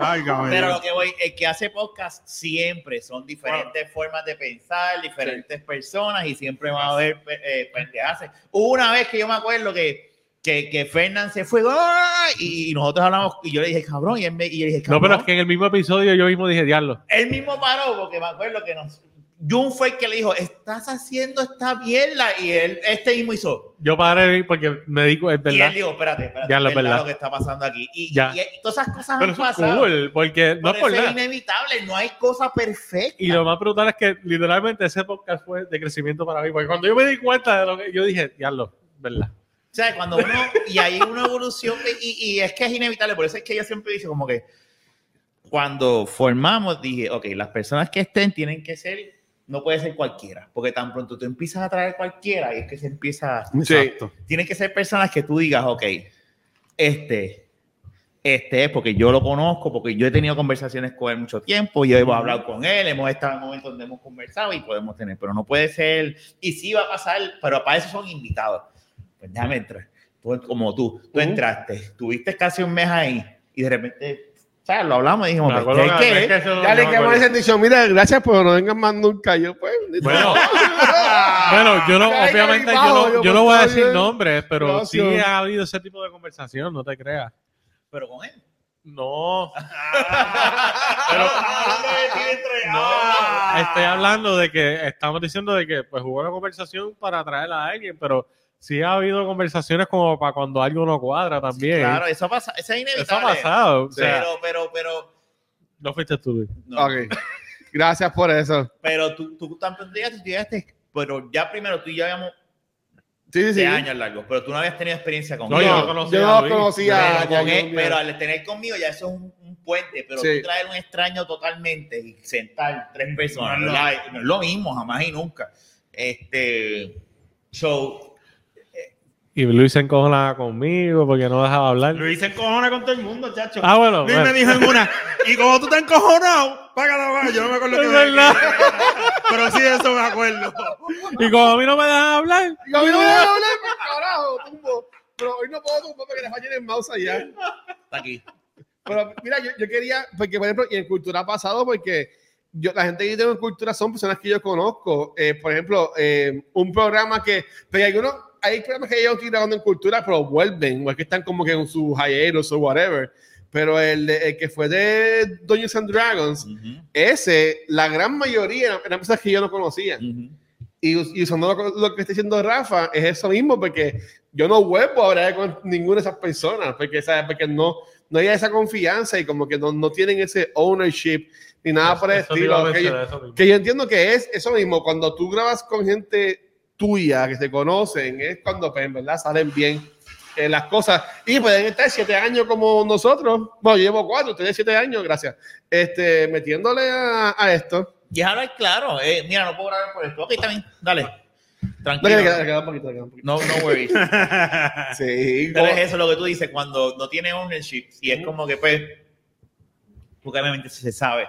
Speaker 5: Ay, cabrón.
Speaker 2: Pero lo que voy, el que hace podcast siempre son diferentes formas de pensar, diferentes personas y siempre va a haber eh, pendejadas. Hubo Una vez que yo me acuerdo que, que, que Fernán se fue ¡ah! y nosotros hablamos y yo le dije cabrón y él me y yo le dije
Speaker 4: No,
Speaker 2: cabrón.
Speaker 4: pero es que en el mismo episodio yo mismo dije, diablo.
Speaker 2: Él mismo paró porque me acuerdo que nos Jun fue el que le dijo, estás haciendo esta mierda. Y él, este mismo hizo.
Speaker 4: Yo paré porque me digo, es
Speaker 2: Y
Speaker 4: verdad.
Speaker 2: él dijo, espérate, espérate,
Speaker 4: Ya lo
Speaker 2: es
Speaker 4: verdad.
Speaker 2: lo que está pasando aquí. Y,
Speaker 4: Ya.
Speaker 2: y- y todas esas cosas han
Speaker 4: Pero eso es
Speaker 2: pasado.
Speaker 4: cool, porque no
Speaker 2: Por
Speaker 4: es por
Speaker 2: eso es
Speaker 4: nada.
Speaker 2: inevitable, no hay cosa perfecta.
Speaker 4: Y lo más brutal es que literalmente ese podcast fue de crecimiento para mí. Porque cuando yo me di cuenta de lo que yo dije, diablo, ¿verdad?
Speaker 2: O sea, cuando uno, y hay una evolución, y, y es que es inevitable, por eso es que ella siempre dice como que, cuando formamos, dije, ok, las personas que estén tienen que ser, no puede ser cualquiera, porque tan pronto tú empiezas a traer cualquiera, y es que se empieza,
Speaker 5: Exacto.
Speaker 2: tienen que ser personas que tú digas, ok, este, este es porque yo lo conozco, porque yo he tenido conversaciones con él mucho tiempo, yo hemos hablado con él, hemos estado en momentos donde hemos conversado y podemos tener, pero no puede ser, y sí va a pasar, pero para eso son invitados. Pues déjame entrar. Tú- como tú, tú
Speaker 5: Ujú.
Speaker 2: entraste, tuviste casi un mes ahí y de repente, ¿sabes? Lo hablamos y dijimos,
Speaker 4: Me
Speaker 2: pues,
Speaker 4: acuerdo
Speaker 2: ¿qué-
Speaker 4: que-
Speaker 2: qué?
Speaker 4: es que eso no-
Speaker 3: Ya le
Speaker 4: no me
Speaker 3: quedamos
Speaker 4: acuerdo.
Speaker 3: ese dicho, mira, gracias, pero no vengan más nunca. Yo, pues,
Speaker 4: Bueno, bueno, yo no,
Speaker 3: Ay,
Speaker 4: obviamente
Speaker 3: caribajo,
Speaker 4: yo
Speaker 3: yo
Speaker 4: no, yo no voy a
Speaker 3: pensaba
Speaker 4: decir
Speaker 3: bien.
Speaker 4: nombres, pero sí
Speaker 3: Gracias.
Speaker 4: ha habido ese tipo de conversación, no te creas.
Speaker 2: Pero con él.
Speaker 4: No,
Speaker 2: ah,
Speaker 5: Ah.
Speaker 4: estoy hablando de que estamos diciendo de que pues hubo una conversación para atraer a alguien, pero sí ha habido conversaciones como para cuando algo no cuadra también.
Speaker 2: Claro, eso pasa, eso es
Speaker 4: Eso ha
Speaker 2: inevitable.
Speaker 4: pasado. O sea,
Speaker 2: Pero, pero, pero,
Speaker 4: no fuiste tú, Luis.
Speaker 2: no.
Speaker 3: Ok. Gracias por eso.
Speaker 2: pero tú, tú también llegaste, tú llegaste, pero ya primero tú y yo habíamos
Speaker 3: Sí, sí,
Speaker 2: de
Speaker 3: sí.
Speaker 2: años largos, pero tú no habías tenido experiencia con
Speaker 4: No,
Speaker 2: él.
Speaker 4: yo no
Speaker 3: No,
Speaker 4: conocía
Speaker 3: yo
Speaker 4: a
Speaker 3: no
Speaker 4: Luis.
Speaker 3: conocía a
Speaker 2: pero, con
Speaker 3: Jack
Speaker 2: él-
Speaker 3: O'Neill.
Speaker 2: pero al tener conmigo ya eso es un, un puente, pero
Speaker 3: Sí.
Speaker 2: tú traer un extraño totalmente y sentar tres personas,
Speaker 5: No, no.
Speaker 2: ¿verdad? no es lo mismo jamás y nunca. Este, so,
Speaker 4: Y Luis se encojonaba conmigo porque no dejaba hablar.
Speaker 5: Luis se encojona con todo el mundo, chacho.
Speaker 4: Ah, bueno.
Speaker 5: Luis
Speaker 4: bueno.
Speaker 5: me dijo en una, y como tú te has encojonado, págalo, págalo. Yo no me acuerdo
Speaker 4: Es
Speaker 5: que
Speaker 4: verdad.
Speaker 5: Pero sí, de eso me acuerdo.
Speaker 4: Y como a mí no me dejan hablar,
Speaker 3: Y yo, "Mira, mira, mira, mira, carajo, tumbo. Pero hoy no puedo tumbar porque le fallé en el mouse allá.
Speaker 2: está aquí.
Speaker 3: Pero mira, yo, yo quería, porque por ejemplo, y en cultura ha pasado, porque yo, la gente que yo tengo en cultura son personas que yo conozco. Eh, por ejemplo, eh, un programa que, pero hay algunos, hay programas que yo estoy grabando en cultura, pero vuelven, o es que están como que en su hiatus o whatever. Pero el, de- el que fue de Dungeons and Dragons,
Speaker 2: Ujú,
Speaker 3: ese, la gran mayoría eran, eran personas que yo no conocía.
Speaker 2: ujú.
Speaker 3: Y, us- y usando lo, lo que está diciendo Rafa, es eso mismo, porque yo no vuelvo a hablar con ninguna de esas personas, porque, ¿sabes? porque no, no hay esa confianza y como que no, no tienen ese ownership ni nada por el
Speaker 4: Eso te iba a
Speaker 3: estilo. Que yo,
Speaker 4: mencionar, eso mismo.
Speaker 3: que yo entiendo que es eso mismo, cuando tú grabas con gente tuya que te conocen, es cuando pues, en verdad salen bien eh, las cosas y pueden estar siete años como nosotros. Bueno, yo llevo cuatro, ustedes siete años, gracias. Este, metiéndole a, a esto.
Speaker 2: Y ahora es claro, eh, mira, no puedo grabar por esto. Ok, también, dale.
Speaker 3: No, que le queda-
Speaker 2: Tranquilo.
Speaker 3: le queda un poquito, le queda un poquito.
Speaker 2: No, no worries.
Speaker 3: Sí,
Speaker 2: Pero
Speaker 3: como-
Speaker 2: es eso lo que tú dices, cuando no tiene ownership, y es como que, pues, porque obviamente se sabe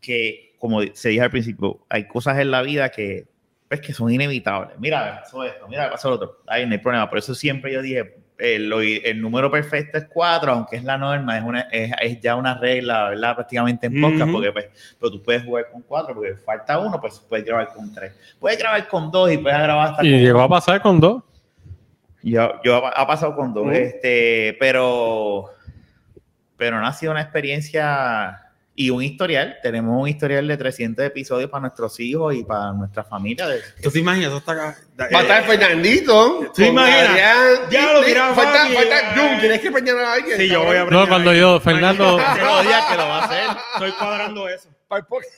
Speaker 2: que, como se dijo al principio, hay cosas en la vida que, pues, que son inevitables. Mira, me pasó esto, mira, me pasó lo otro. Ahí no hay problema. Por eso siempre yo dije, eh, lo i- el número perfecto es cuatro, aunque es la norma, es, una, es, es ya una regla, ¿verdad? Prácticamente en podcast,
Speaker 5: Ujú.
Speaker 2: porque, pues, pero tú puedes jugar con cuatro, porque falta uno, pues puedes grabar con tres. Puedes grabar con dos y puedes grabar hasta
Speaker 4: Y
Speaker 2: con
Speaker 4: llegó a pasar con dos.
Speaker 2: yo, yo ha ha pasado con dos,
Speaker 3: Ujú.
Speaker 2: este, pero, pero no ha sido una experiencia y un historial. Tenemos un historial de 300 episodios para nuestros hijos y para nuestra familia. de-
Speaker 5: ¿Tú te imaginas? Eso está acá.
Speaker 3: Va a estar Fernandito.
Speaker 5: Eh, ¿Te
Speaker 3: con
Speaker 5: imaginas?
Speaker 3: Adrián.
Speaker 5: Ya lo
Speaker 3: Disney.
Speaker 5: miraba,
Speaker 3: Falta,
Speaker 5: papi.
Speaker 3: falta Jun. Tienes que peñar a alguien.
Speaker 5: Sí, yo voy a
Speaker 4: No, cuando
Speaker 5: eh,
Speaker 4: yo, Fernando,
Speaker 2: Te lo diga que lo va a hacer.
Speaker 5: Estoy cuadrando eso.
Speaker 3: Para el podcast.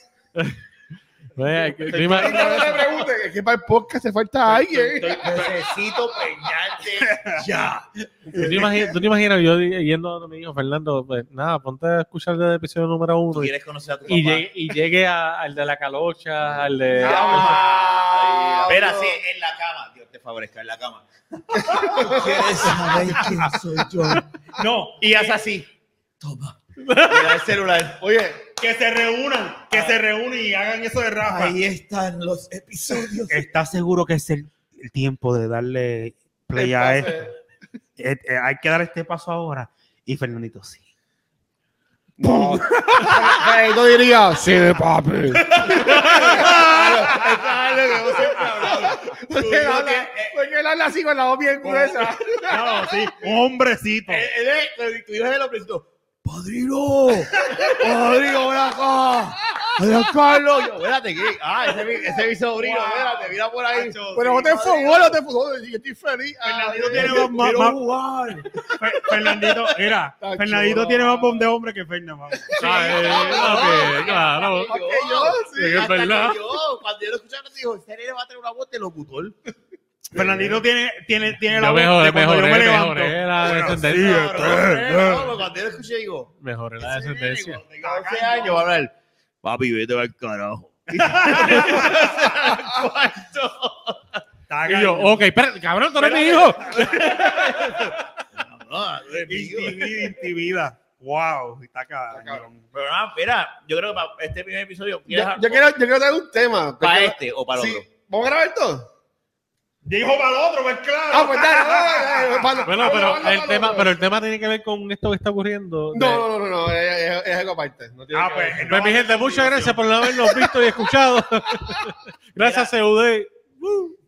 Speaker 4: eh, que- dime-
Speaker 3: Y no me pregunten, es que para el podcast te falta alguien.
Speaker 2: Necesito preñarte ya.
Speaker 4: ¿tú te imaginas, tú te imaginas yo di- yendo a donde me dijo Fernando, pues nada, ponte a escuchar el episodio número
Speaker 2: Tú
Speaker 4: uno. Y,
Speaker 2: quieres conocer a tu papá.
Speaker 4: y llegue, y llegue a- al de la calocha, al de...
Speaker 3: Ah,
Speaker 2: Espera,
Speaker 3: no.
Speaker 2: sí, en la cama. Dios te favorezca, en la cama.
Speaker 6: ¿Quieres saber quién soy yo?
Speaker 5: No,
Speaker 2: Y haz así. Toma. Mira el celular.
Speaker 3: Oye,
Speaker 5: que se reúnan, que se reúnen y hagan eso de Rafa.
Speaker 6: Ahí están los episodios.
Speaker 5: ¿Estás seguro que es el, el tiempo de darle play a
Speaker 3: entonces,
Speaker 5: esto? Eh, eh, hay que dar este paso ahora. Y Fernandito, sí.
Speaker 3: no. Hey, no diría, sí, de papi. Porque él
Speaker 5: eh,
Speaker 3: habla- porque él habla así con la voz bien gruesa.
Speaker 5: No, sí, un hombrecito.
Speaker 2: Tú ibas de lo principio.
Speaker 6: ¡Padrino! ¡Padrino, ven acá!
Speaker 2: Adiós, Carlos. Yo, espérate, ¿qué? Ah, ese es mi, ese es mi sobrino,
Speaker 5: Wow.
Speaker 2: espérate, mira por ahí.
Speaker 3: Pero no te fútbol, no te fútbol. Yo estoy feliz. Ah,
Speaker 5: Fernandito
Speaker 3: Ay,
Speaker 5: tiene
Speaker 3: ay,
Speaker 5: más, más-
Speaker 3: quiero
Speaker 5: más-
Speaker 3: jugar.
Speaker 5: Fer- Fernandito, mira,
Speaker 3: Está
Speaker 5: Fernandito
Speaker 3: chulo.
Speaker 5: tiene más bomb de hombre que Fernando.
Speaker 4: Ay, papi, claro.
Speaker 2: Hasta que
Speaker 3: yo, sí,
Speaker 4: es
Speaker 2: hasta que
Speaker 4: verdad.
Speaker 2: yo, cuando yo lo escuchaba, dijo, este nene va a tener una voz de locutor.
Speaker 5: Fernandito tiene, tiene, tiene la
Speaker 4: Yo
Speaker 5: voz
Speaker 4: mejoré,
Speaker 5: de cuando yo me
Speaker 4: mejoré,
Speaker 5: levanto.
Speaker 4: mejoré la
Speaker 2: Cabrón,
Speaker 4: descendencia.
Speaker 2: no, no, Cuando yo lo escuché, digo,
Speaker 4: Mejoré la
Speaker 2: ese nene,
Speaker 4: descendencia.
Speaker 2: cuando tenga 12 años, va a hablar, papi, vete al carajo.
Speaker 5: Está
Speaker 4: Y yo,
Speaker 5: cañón.
Speaker 4: ok, espérate, cabrón, tú eres mi hijo.
Speaker 2: No, no, amigo.
Speaker 5: Intimida, intimida. Wow, está cabrón.
Speaker 2: Pero nada, mira, yo creo que para este primer episodio,
Speaker 3: Yo,
Speaker 2: ¿quieres algo?
Speaker 3: yo quiero, yo quiero traer un tema.
Speaker 2: para
Speaker 3: Porque-
Speaker 2: este o para el
Speaker 3: sí.
Speaker 2: otro.
Speaker 3: ¿Vamos a grabar todo?
Speaker 5: Dijo para el otro, pues claro.
Speaker 3: Ah, pues dale, dale, dale, dale.
Speaker 4: Bueno,
Speaker 3: Vamos,
Speaker 4: pero
Speaker 3: vamos,
Speaker 4: el
Speaker 3: vamos,
Speaker 4: tema,
Speaker 3: vamos.
Speaker 4: pero el tema tiene que ver con esto que está ocurriendo.
Speaker 3: No, no, no, no, no, es, es- es algo aparte. No tiene
Speaker 5: Ah,
Speaker 3: que
Speaker 5: pues,
Speaker 3: ver.
Speaker 4: Pues, mi gente, muchas gracias por habernos visto y escuchado. Gracias, CUD.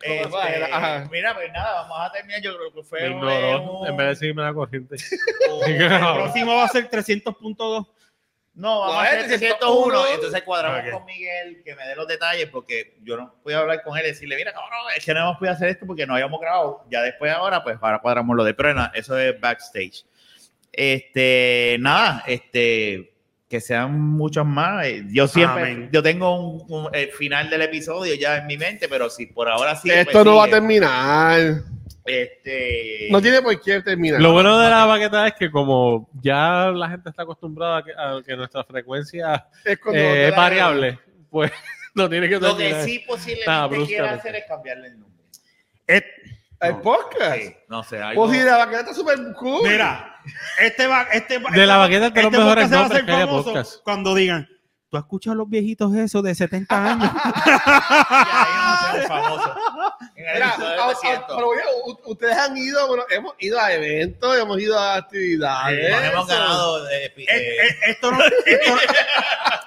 Speaker 2: Este,
Speaker 3: Ajá.
Speaker 2: mira, pues nada, vamos a terminar. Yo creo que fue
Speaker 4: Me
Speaker 2: un-
Speaker 4: ignoró en vez de seguirme la corriente.
Speaker 5: El próximo va a ser 300.2.
Speaker 2: No, vamos a hacer
Speaker 3: 301.
Speaker 2: 301. Entonces cuadramos
Speaker 5: Ok.
Speaker 2: con Miguel que me dé los detalles porque yo no pude hablar con él y decirle, mira, cabrón, es que no hemos podido hacer esto porque no habíamos grabado. Ya después ahora, pues ahora cuadramos lo de prueba. Eso es backstage. Este, nada, este, que sean muchos más. Eh, Yo siempre,
Speaker 5: Amén.
Speaker 2: yo tengo un, un- el final del episodio ya en mi mente, pero si por ahora sí.
Speaker 3: Esto
Speaker 2: pues,
Speaker 3: no va a
Speaker 2: sigue.
Speaker 3: terminar.
Speaker 2: Este,
Speaker 3: No tiene por qué terminar.
Speaker 4: Lo bueno de la baqueta es que como ya la gente está acostumbrada a que, a que nuestra frecuencia
Speaker 3: es cuando
Speaker 4: eh,
Speaker 3: te
Speaker 4: es
Speaker 3: da-
Speaker 4: variable, pues no tiene que
Speaker 2: lo que
Speaker 4: terminar.
Speaker 2: sí posiblemente
Speaker 4: Nada,
Speaker 2: quiera
Speaker 4: bruscamente.
Speaker 2: hacer es cambiarle el nombre.
Speaker 5: Et-
Speaker 3: El podcast.
Speaker 2: Sí, no sé, algo-
Speaker 3: Pues sí, la vaquera está súper cool.
Speaker 5: Mira, este va, este va-
Speaker 4: De la baqueta de los
Speaker 5: este
Speaker 4: mejores
Speaker 5: podcast se va a
Speaker 4: nombres
Speaker 5: hacer
Speaker 4: que haya
Speaker 5: famoso
Speaker 4: podcast.
Speaker 5: cuando digan, ¿tú has escuchado a los viejitos esos de 70 años?
Speaker 2: Ya, ahí no sé, famoso. En el
Speaker 3: Mira,
Speaker 2: episodio
Speaker 3: a- a-
Speaker 2: 300.
Speaker 3: pero, oye, u- ustedes han ido, bueno, hemos ido a eventos, hemos ido a actividades.
Speaker 2: Nos hemos ganado eh, pi-
Speaker 5: Et-
Speaker 2: eh,
Speaker 5: et- esto no, esto,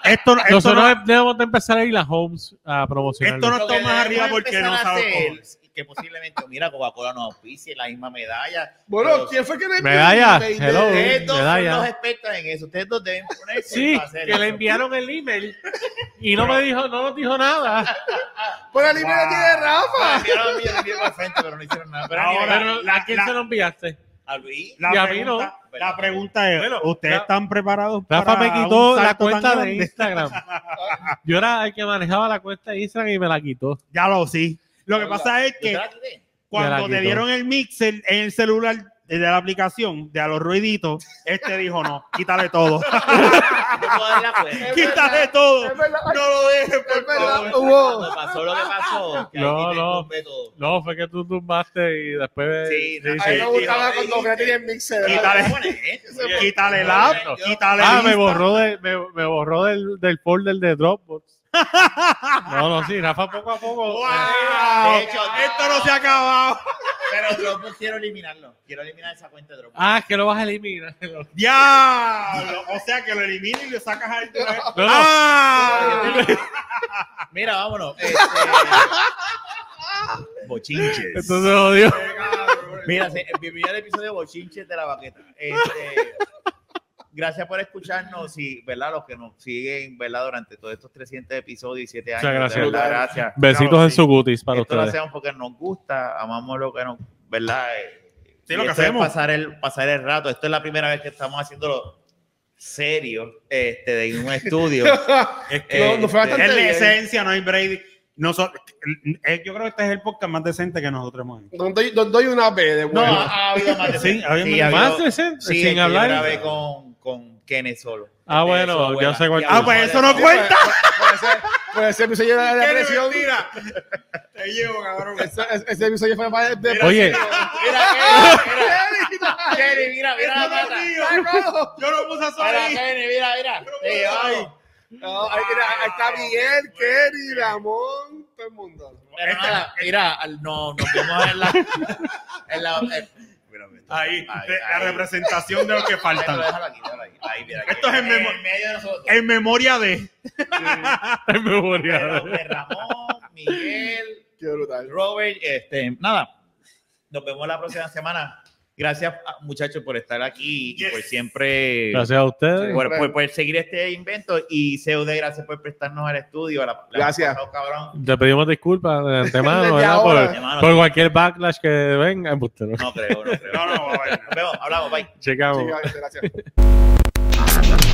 Speaker 5: esto, no- esto
Speaker 4: Nosotros
Speaker 5: no,
Speaker 4: debemos de empezar a ir a Homes a
Speaker 5: esto no
Speaker 4: promocionarlo.
Speaker 2: lo que
Speaker 5: está más arriba
Speaker 2: debemos
Speaker 5: porque
Speaker 2: empezar
Speaker 5: no
Speaker 2: a
Speaker 5: sabes
Speaker 2: hacer,
Speaker 5: cómo.
Speaker 2: Que posiblemente, mira, Coca-Cola nos auspicie la misma medalla.
Speaker 3: Bueno,
Speaker 2: Pero
Speaker 3: ¿quién fue que le
Speaker 4: Medalla,
Speaker 3: le- le-
Speaker 4: hello.
Speaker 5: Oh,
Speaker 3: le-
Speaker 2: Ustedes dos
Speaker 4: medalla.
Speaker 2: son los expertos en eso. Ustedes dos deben ponerse
Speaker 4: Sí,
Speaker 2: para hacer
Speaker 4: que
Speaker 2: eso.
Speaker 4: le enviaron el email y no me dijo, no nos dijo nada.
Speaker 3: Por la libre
Speaker 5: Wow.
Speaker 3: tiene Rafa.
Speaker 2: Enviaron a mí, yo le envié para el frente, pero no hicieron nada. Pero
Speaker 5: Ahora,
Speaker 2: anyway,
Speaker 4: Pero,
Speaker 5: la-
Speaker 4: ¿A quién
Speaker 5: la-
Speaker 4: se lo enviaste?
Speaker 2: a Luis,
Speaker 5: La
Speaker 4: Y a mí
Speaker 5: pregunta,
Speaker 2: no.
Speaker 5: la pregunta es,
Speaker 4: Bueno,
Speaker 5: ¿ustedes
Speaker 4: Ra-
Speaker 5: están preparados
Speaker 4: Rafa
Speaker 5: para
Speaker 4: me
Speaker 5: un
Speaker 4: quitó la
Speaker 5: salto tan
Speaker 4: cuenta de
Speaker 5: grande?
Speaker 4: Instagram. Yo era el que manejaba la cuenta de Instagram y me la quitó.
Speaker 5: Ya lo sí. Lo que pasa es
Speaker 2: ¿yo te
Speaker 5: que
Speaker 2: la tiré?
Speaker 4: Me la
Speaker 5: cuando
Speaker 4: quitó.
Speaker 5: te dieron el mixer en el celular de la aplicación, de a los ruiditos, este dijo no, quítale todo.
Speaker 2: Yo puedo dar la cuenta.
Speaker 5: quítale todo.
Speaker 3: Es verdad,
Speaker 5: No lo dejes, por
Speaker 3: es verdad,
Speaker 5: favor.
Speaker 3: hubo.
Speaker 2: Cuando pasó lo que pasó. que ahí
Speaker 4: No,
Speaker 2: tiene
Speaker 4: no.
Speaker 2: un método.
Speaker 4: No, fue que tú tumbaste y después...
Speaker 2: Sí, sí,
Speaker 3: A mí me
Speaker 2: sí,
Speaker 3: gustaba
Speaker 2: no,
Speaker 3: cuando
Speaker 2: sí,
Speaker 3: Fred
Speaker 2: sí.
Speaker 3: tenía el mixer.
Speaker 5: Y tal- Quítale.
Speaker 2: Oye,
Speaker 5: Quítale
Speaker 2: yo-
Speaker 5: el app,
Speaker 2: yo-
Speaker 5: quítale
Speaker 4: Ah,
Speaker 5: el
Speaker 4: me
Speaker 5: Insta.
Speaker 4: borró, de, me, me borró del, del folder de Dropbox. No, no, sí, Rafa poco a poco. eh.
Speaker 5: ¡Wow!
Speaker 2: De hecho,
Speaker 5: Esto no se ha acabado.
Speaker 2: Pero Dropbox quiero eliminarlo. Quiero eliminar esa cuenta de Dropbox.
Speaker 4: Ah, que lo vas a eliminar. No,
Speaker 5: Diablo. O sea que lo eliminas y lo sacas al
Speaker 4: no.
Speaker 5: ¡Ah!
Speaker 2: Mira, vámonos. Este- Bochinches.
Speaker 4: Entonces odio.
Speaker 2: Mira, se- bienvenido al episodio de Bochinches de la Baqueta. Este, gracias por escucharnos y, ¿verdad? Los que nos siguen, ¿verdad? Durante todos estos 300 episodios y 7 años.
Speaker 4: Muchas gracias.
Speaker 2: de verdad, gracias.
Speaker 4: Besitos
Speaker 5: Claro,
Speaker 4: en
Speaker 5: sí.
Speaker 4: su gutis para
Speaker 2: Esto lo
Speaker 4: ustedes.
Speaker 2: hacemos porque nos gusta, amamos lo que nos, ¿verdad? Eh,
Speaker 5: Sí,
Speaker 2: y
Speaker 5: lo que
Speaker 2: esto es
Speaker 5: hacemos.
Speaker 2: pasar el, pasar el rato. Esto es la primera vez que estamos haciéndolo serio, este, de un estudio.
Speaker 3: Eh, No, no fue
Speaker 2: Este,
Speaker 3: bastante
Speaker 5: Es la
Speaker 3: bien.
Speaker 5: esencia, no hay Brady. Nosotros, eh, yo creo que este es el podcast más decente que nosotros hemos hecho.
Speaker 3: No doy, no doy una B de
Speaker 2: No,
Speaker 3: bueno.
Speaker 2: ha, ha habido más de
Speaker 5: Sí, ha habido
Speaker 2: ha
Speaker 4: Más
Speaker 2: habido-
Speaker 4: decente,
Speaker 2: sí,
Speaker 4: sin
Speaker 2: que
Speaker 4: hablar.
Speaker 2: Yo grabé con, con Kenneth solo.
Speaker 4: Ah,
Speaker 2: Kenneth
Speaker 4: bueno,
Speaker 2: solo,
Speaker 4: yo
Speaker 2: abuela.
Speaker 4: sé cuál-
Speaker 2: Y
Speaker 5: Ah, pues
Speaker 2: abuela.
Speaker 5: eso no cuenta.
Speaker 3: Por ese episodio de la depresión.
Speaker 5: mentira! Te llevo, cabrón.
Speaker 3: Ese, ese episodio fue para de
Speaker 4: Oye,
Speaker 2: Mira, mira, mira. Kenny, mira, mira la
Speaker 5: Eso no
Speaker 2: pata.
Speaker 5: es mío.
Speaker 3: No,
Speaker 5: Yo lo puse solo
Speaker 2: Mira,
Speaker 5: ahí.
Speaker 2: Kenny, mira, mira. Sí, vamos.
Speaker 3: ahí, mira, ahí está Miguel, Kerry, Ramón, todo el mundo.
Speaker 2: Pero nada, mira, al- no, nos vemos en la. En la en- mira, mira.
Speaker 5: Ahí,
Speaker 2: Ahí,
Speaker 5: de- la
Speaker 2: ahí.
Speaker 5: representación de lo que
Speaker 2: Pero
Speaker 5: faltan.
Speaker 2: déjalo aquí, déjalo ahí. Ahí, mira, aquí.
Speaker 5: Esto es en memo-
Speaker 2: medio de nosotros.
Speaker 5: En memoria de.
Speaker 4: me memoria.
Speaker 2: Pero, pues, Ramón, Miguel,
Speaker 3: Qué brutal.
Speaker 2: Robert, este, nada. Nos vemos la próxima semana. Gracias, a- muchachos, por estar aquí y por siempre.
Speaker 4: Gracias a ustedes.
Speaker 2: Por, por- por seguir este invento y CUD, gracias por prestarnos al estudio. a la- la-
Speaker 3: Gracias.
Speaker 2: pasado, cabrón.
Speaker 4: Te pedimos disculpas de
Speaker 3: Desde
Speaker 4: antemano, ¿verdad? Por-
Speaker 3: ahora.
Speaker 4: Por,
Speaker 2: Ah,
Speaker 4: cualquier backlash que venga, pues embustero.
Speaker 2: No creo, no creo.
Speaker 5: No, no, bueno.
Speaker 2: Nos vemos, hablamos, bye.
Speaker 4: Checamos.
Speaker 3: Sí, gracias.